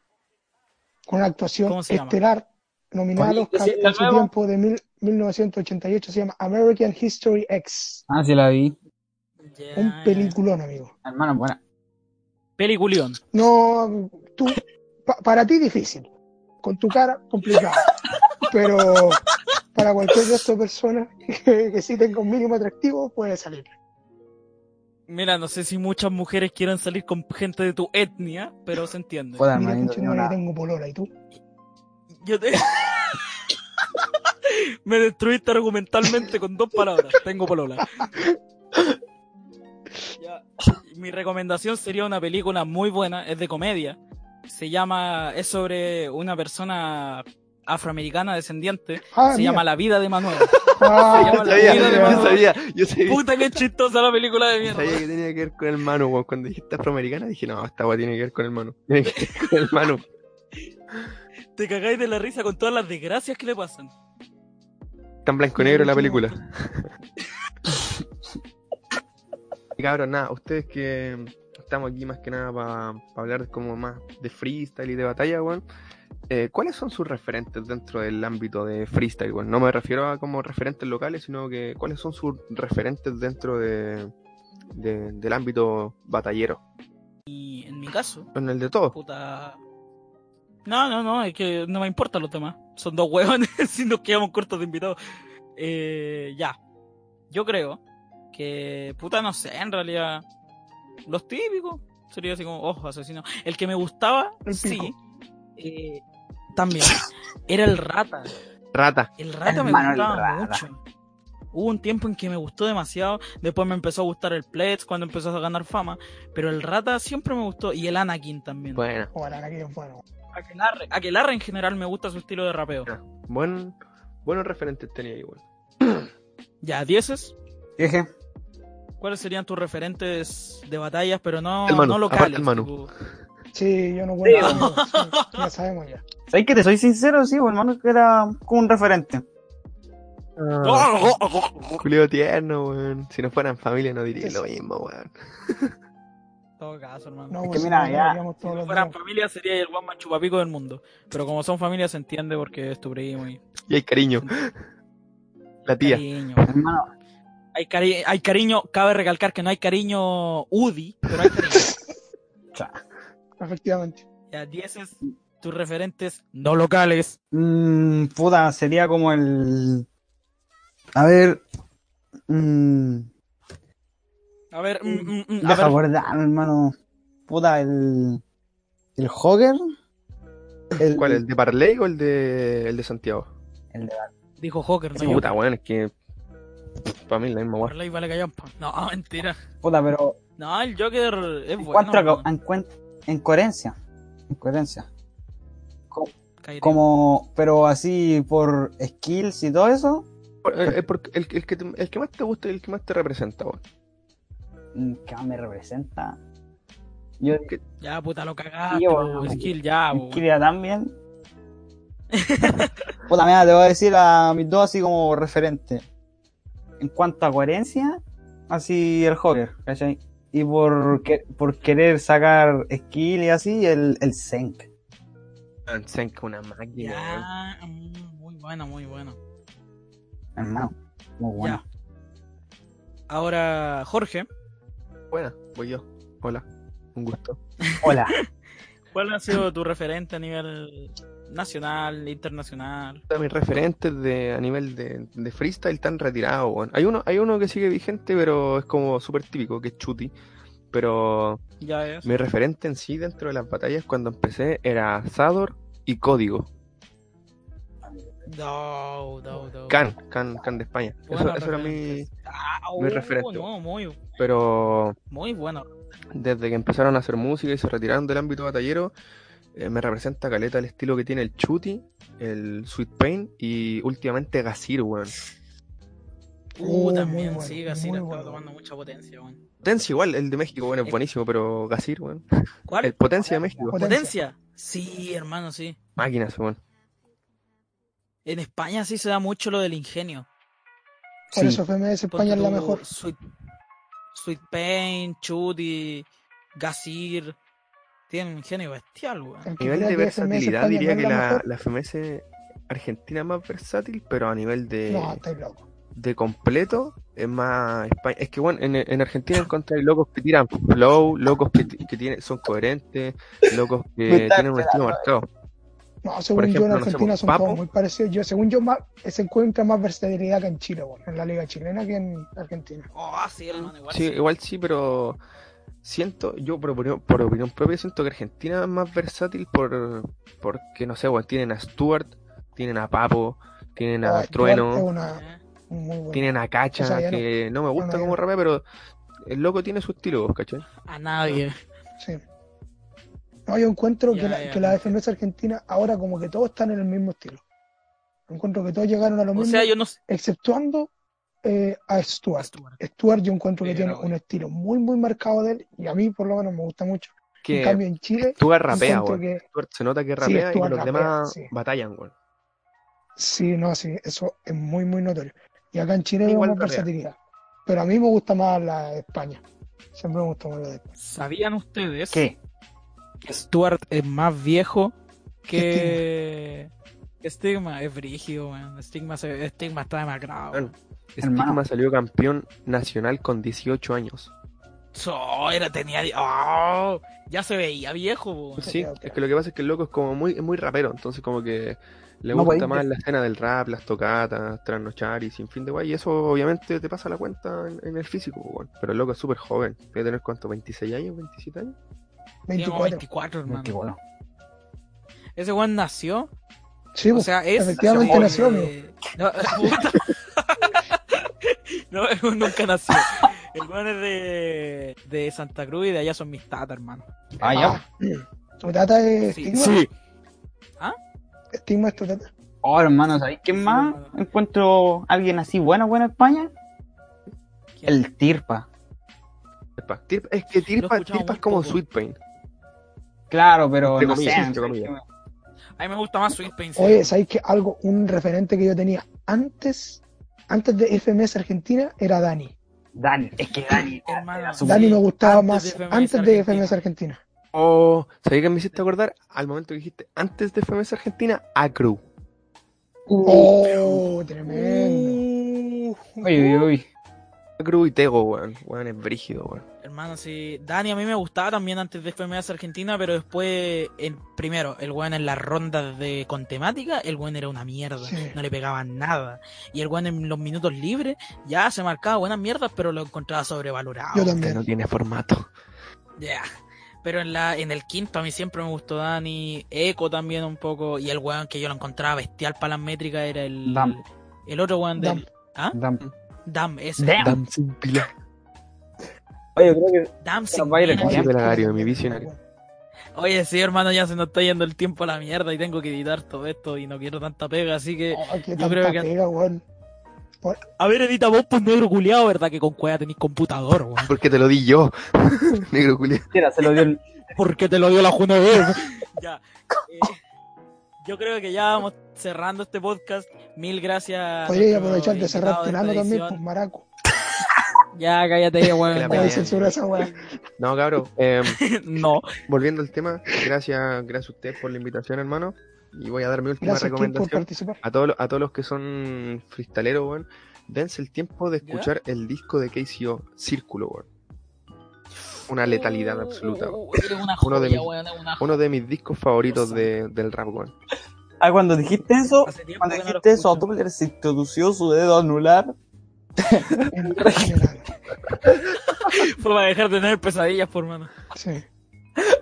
D: con una actuación
A: ¿Cómo se llama?
D: estelar, nominada al
G: Oye,
D: Oscar
G: ¿sí la
D: en su
G: nueva?
D: tiempo de mil- 1988, se llama American History X.
F: Ah, sí la vi.
A: Ya,
D: Un
A: ya.
D: peliculón, amigo.
F: Hermano, buena.
A: Peliculión.
D: No, tú, pa- para ti difícil, con tu cara complicado, pero para cualquier resto de personas que, que sí tenga un mínimo atractivo puede salir.
A: Mira, no sé si muchas mujeres quieren salir con gente de tu etnia, pero se entiende.
E: Ah,
F: Puta,
D: Mira,
F: hermanito,
D: conche,
F: tiene
D: no, yo
F: una-
D: tengo polola, ¿y tú?
A: Yo te... Me destruiste argumentalmente con dos palabras. Tengo polola. Ya. Mi recomendación sería una película muy buena, es de comedia. Se llama, es sobre una persona afroamericana descendiente.
D: Ah,
A: se
D: mira.
A: llama La vida de Manuel.
D: Ah,
A: se llama
E: Yo
A: La
E: sabía,
A: vida de
E: yo
A: Manuel.
E: sabía, yo sabía,
A: Puta que chistosa la película de mierda.
E: sabía que tenía que ver con el Manu, weón. Cuando dijiste afroamericana dije, no, esta weón tiene que ver con el Manu. Tiene que ver con el Manu.
A: Te cagáis de la risa con todas las desgracias que le pasan.
E: Tan blanco y negro la película. Y Cabrón, nada, ustedes que estamos aquí más que nada para hablar como más de freestyle y de batalla, weón. eh, ¿Cuáles son sus referentes dentro del ámbito de freestyle, weón? No me refiero a como referentes locales, sino que cuáles son sus referentes dentro de, de- del ámbito batallero.
A: Y en mi caso,
E: En el de todo.
A: puta. No, no, no, es que no me importan los demás. Son dos huevones si nos quedamos cortos de invitados. Eh, ya. Yo creo que, puta, no sé, en realidad. Los típicos. Sería así como, ojo, asesino. El que me gustaba,
D: El
A: sí.
D: pico.
A: eh, también. Era el rata.
E: Rata.
A: El rata me
F: Hermano, el
A: gustaba
F: rata.
A: mucho. Hubo un tiempo en que me gustó demasiado, después me empezó a gustar el Pledge cuando empezó a ganar fama, pero el Rata siempre me gustó y el Anakin también.
E: Bueno.
D: Ojalá que aquello es bueno.
A: Aquelarre, Aquelarre en general me gusta su estilo de rapeo.
E: Buen, buenos referentes tenía ahí, weón.
A: Ya, dieces,
F: Dije,
A: ¿cuáles serían tus referentes de batallas, pero no,
E: El Manu,
A: no
E: aparte
A: locales?
E: el Manu.
A: tipo?
D: Sí, yo no puedo. amigo, sí, ya sabemos ya.
F: ¿sabes que te soy sincero? Sí, pues, hermano, que era como un referente.
A: Ah.
E: Julio tierno, weón. Si no fueran familia no diría lo mismo, weón.
A: En todo caso, hermano.
D: No,
F: Es que
D: pues,
F: mira,
D: no,
F: ya-
D: digamos todos
A: Si
D: los
A: fueran
D: días.
A: familia sería el guan más chupapico del mundo, pero como son familia se entiende porque es tu primo y
E: Y hay cariño. La tía.
A: cariño.
F: Hermano,
A: Hay, cari- hay cariño, cabe recalcar que no hay cariño UDI, pero hay cariño.
D: Efectivamente.
A: Ya, 10 es tus referentes no locales.
F: mmm, puta, sería como el. A ver. Mmm,
A: A ver, mm, mm, mm, a
F: deja
A: ver,
F: acordarme, hermano. Puta, el. El Hogger. El,
E: ¿Cuál? ¿El de Parley o el de, el de Santiago?
F: el de-
A: dijo Joker, no
E: Puta, weón, es que. Para mí es la misma weón.
A: Parley vale callampa. No, mentira.
F: puta, pero.
A: No, el Joker es bueno.
F: encuentra
A: hermano.
F: en, cuen- en coherencia. En coherencia.
A: Kyrie.
F: Como, pero así por skills y todo eso.
E: Por- eh, eh, porque El, el que te- el que más te gusta y el que más te representa, weón.
F: mm, Que más me representa. Yo
A: Ya, puta, lo cagaste.
F: Yo,
A: po,
F: no.
A: skill, ya, po.
F: quería también. Puta, mira, te voy a decir a mis dos así como referente. En cuanto a coherencia, así el Joker, ¿cachai? Y por, que- por querer sacar skill y así, el, el Zenk.
E: Senka una máquina, weón.
A: Ya, mm, muy bueno, muy bueno.
F: Hermano. Muy bueno.
A: Ya. Ahora, Jorge,
E: Buena, voy yo. Hola, un gusto.
F: Hola.
A: ¿cuál ha sido tu referente a nivel nacional, internacional?
E: A mis referentes de, a nivel de, de freestyle tan retirado, weón. Hay uno, hay uno que sigue vigente, pero es como súper típico, que es Chuti. Pero
A: Ya es.
E: mi referente en sí dentro de las batallas cuando empecé era Sador y Código.
A: No, no, no.
E: Can, Can, Can de España.
A: Buenos
E: eso eso era mi...
A: referentes. Ah,
E: mi referente.
A: no, muy,
E: Pero
A: muy bueno.
E: desde que empezaron a hacer música y se retiraron del ámbito batallero, eh, me representa caleta el estilo que tiene el Chuti, el Sweet Pain y últimamente Gasir, weón.
A: Uh,
D: Oh,
A: también,
D: muy
A: sí,
D: bueno,
A: Gasira
D: muy
A: está
D: bueno.
A: tomando mucha potencia, weón.
E: Potencia igual, el de México, bueno, es buenísimo, pero Gasir, weón.
A: ¿Cuál?
E: El Potencia de México.
A: ¿Potencia? Sí, hermano, sí.
E: Máquinas, weón.
A: En España sí se da mucho lo del ingenio.
D: Por
E: Sí.
D: eso FMS España es
A: Ponte
D: la
A: tú,
D: mejor.
A: Sweet, Sweet Pain, Chuti, Gasir. Tienen un genio bestial, weón.
D: El
E: A
D: que
E: nivel
D: crea
E: de
D: que FMS España
E: versatilidad
D: no
E: diría
D: es
E: que
D: la
E: la,
D: mejor,
E: la FMS argentina es más versátil, pero a nivel de...
D: No, estoy loco.
E: de completo es más España. Es que bueno, en, en Argentina encontráis locos que tiran flow, locos que, ti- que tienen, son coherentes, locos que tienen un estilo marcado.
D: No, según yo
E: ejemplo,
D: en
E: no
D: Argentina
E: sé,
D: son
E: Papo.
D: todos muy parecidos. Yo, según yo, más, se encuentra más versatilidad que en Chile, bueno, en la liga chilena que en Argentina.
A: Oh, sí, hermano, igual.
E: Sí,
A: sí.
E: igual sí, pero siento, yo por opinión, por opinión propia siento que Argentina es más versátil por porque no sé, bueno, tienen a Stuart, tienen a Papo, tienen a
D: Ah, Stuart Es
E: Trueno,
D: una
A: Eh,
D: muy buena.
E: tienen a Cacha,
D: O sea, ya no.
E: que no me gusta
D: ya
E: como
D: no.
E: rapea, pero el loco tiene su estilo, ¿cachai?
A: A nadie.
D: Sí. No, yo encuentro
A: Ya,
D: que, la,
A: ya,
D: que la
A: ya.
D: FMS Argentina ahora como que todos están en el mismo estilo. Encuentro que todos llegaron a lo
A: O
D: mismo,
A: sea, yo no sé.
D: exceptuando eh, a Stuart.
A: Stuart.
D: Stuart yo encuentro que
E: Sí,
D: tiene
E: era
D: un estilo muy, muy marcado de él y a mí por lo menos me gusta mucho. En
E: Que
D: cambio en Chile
E: Stuart rapea,
D: encuentro
E: weón.
D: que
E: Stuart se nota que rapea y
D: Stuart
E: los
D: rapea,
E: demás
D: sí.
E: batallan, weón.
D: sí, no, sí, eso es muy, muy notorio. Y acá en Chile
E: Igual
D: vemos
E: rapea.
D: versatilidad. Pero a mí me gusta más la de España. Siempre me gusta más la de España.
A: ¿Sabían ustedes
F: ¿Qué?
A: que Stuart es más viejo que Stigma? Es brígido, weón. Stigma, se... Stigma está demacrado.
E: Bueno,
A: weón.
E: Stigma
F: Hermano.
E: Este salió campeón nacional con 18 años.
A: So, era, tenía. Oh, ya se veía viejo, weón.
E: Pues Sí,
D: ok.
E: es que lo que pasa es que el loco es como muy, es muy rapero, entonces como que le
F: No podéis
E: gusta más
F: decir-
E: la escena del rap, las tocatas, trasnochar y sin fin de guay, y eso obviamente te pasa la cuenta en, en el físico, weón. pero el loco es súper joven, debe tener cuánto, 26 años, 27 años.
A: Tiene como 24,
D: 24.
A: hermano.
F: Qué bueno.
A: Ese weón nació.
D: Sí,
A: O
D: pues,
A: sea, es.
D: efectivamente
A: eh,
D: nació, amigo.
A: No, puta. No, el weón nunca nació. El weón es de, de Santa Cruz y de allá son mis tatas, hermano.
F: Ah, ya.
D: ¿Tu tata es
A: Sí.
D: estigma?
A: ¿Ah?
D: ¿Estigma es tu tata?
F: Oh, hermano, ¿sabéis quién
A: Sí,
F: más?
A: hermano.
F: Encuentro alguien así bueno, bueno en España.
A: ¿Quién?
F: El Tirpa.
E: Tirpa. Tirpa- es que Tirpa,
A: escuchado
E: Tirpa
A: muy
E: es como
A: poco.
E: Sweet Pain.
F: Claro, pero
E: Entre
F: no
E: comillas,
F: sé.
E: entre comillas.
A: A mí me gusta más Sweet Pain. sí.
D: Oye, ¿sabéis que algo, un referente que yo tenía antes, antes de FMS Argentina era Dani?
F: Dani, es que Dani.
A: Hermano.
F: era su-
A: Sí,
D: Dani me gustaba
A: antes
D: más
A: de FMS
D: antes de
A: Argentina.
D: FMS Argentina.
E: Oh, ¿sabía que me hiciste acordar? Al momento que dijiste, antes de FMS Argentina, Acru.
D: Oh,
A: Mm.
D: tremendo.
F: Uy, uy, uy.
E: Acru y Tego, weón, weón es brígido, weón.
A: Hermano, sí. Dani, a mí me gustaba también antes de FMS Argentina, pero después, el, primero, el weón en las rondas de con temática, el weón era una mierda.
D: Sí.
A: No le pegaban nada. Y el weón en los minutos libres ya se marcaba buenas mierdas, pero lo encontraba sobrevalorado.
D: Yo
E: Que Este no
D: también.
E: tiene formato.
A: Ya. Pero en la en el quinto a mí siempre me gustó Dani, Eco también un poco, y el weón que yo lo encontraba bestial para las métricas era el,
F: Dam.
A: el otro weón del
F: Dam-
A: Dam, ese.
F: Dam.
E: Dam sin pila.
F: Oye, creo que
A: Dam sin
F: Pero baila
A: pena.
F: bien.
E: Pelagario, mi visionario.
A: Oye, sí, hermano, ya se nos está yendo el tiempo a la mierda y tengo que editar todo esto y no quiero tanta pega, así que.
D: Oh, qué
A: Yo
D: tanta
A: creo que-
D: pega, weón.
A: A ver, edita vos, pues negro culiado, ¿verdad? Que con cueva tenés computador, weón.
E: Porque te lo di yo, negro culiao.
F: Mira, se lo dio el.
A: Porque te lo dio la Juno de Ya. eh, yo creo que ya vamos cerrando este podcast. Mil gracias. a
D: Podría
A: nuestro
D: aprovechar de cerrar
A: invitado de esta
D: Tenano también,
A: edición.
D: pues maraco.
A: Ya, cállate,
E: Que
A: weón.
E: la
A: ya.
D: Bueno,
E: pelea.
D: censura esa weá.
E: No, cabrón. eh,
A: no.
E: volviendo al tema, gracias, gracias a usted por la invitación, hermano. Y voy a dar mi última
D: Gracias Kim, por
E: recomendación.
D: participar.
E: A todos, los- a todos los que son freestaleros, weón, dense el tiempo de
A: ¿Ya?
E: escuchar el disco de KCO, Círculo, weón. Una letalidad absoluta, weón.
A: Uh, uh, uh, eres una
E: Uno de
A: joya,
E: mis-
A: weón, eres una
E: Uno de mis discos favoritos
A: Dios
E: de, del rap, weón.
F: Ah, cuando dijiste eso,
A: Hace tiempo
F: cuando
A: que no lo
F: dijiste eso,
A: escucho.
F: Doppler se introdució su dedo anular.
D: En general.
A: Fue para dejar de tener pesadillas, por mano.
D: Sí.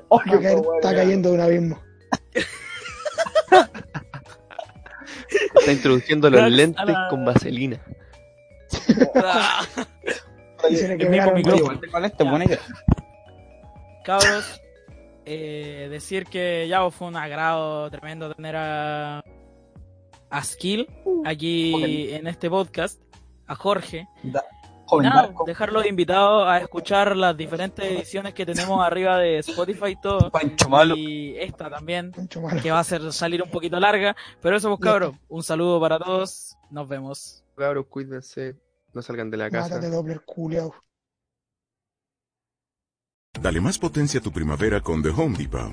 F: Oh,
D: Va a caer-
F: weón.
D: está cayendo de un abismo.
E: Está introduciendo los
A: Gracias a
E: lentes
A: la-
E: con vaselina.
A: Ah,
D: Y se le
A: El
D: quebraron
A: mismo
D: los-
A: micrófono.
F: ¿Cuál es? Te este pone que-
A: Cabros, eh, decir que ya fue un agrado tremendo tener a, a Skill aquí en este podcast, a Jorge.
F: Joven
A: Nada,
F: Marco.
A: dejarlos invitados a escuchar las diferentes ediciones que tenemos arriba de Spotify y todo.
F: Pancho malo.
A: Y esta también,
D: Mucho malo.
A: que va a ser salir un poquito larga. Pero eso, pues, cabros, un saludo para todos. Nos vemos.
E: Cabros, cuídense, no salgan de la casa.
D: Mátate doble culiao.
G: Dale más potencia a tu primavera con The Home Depot.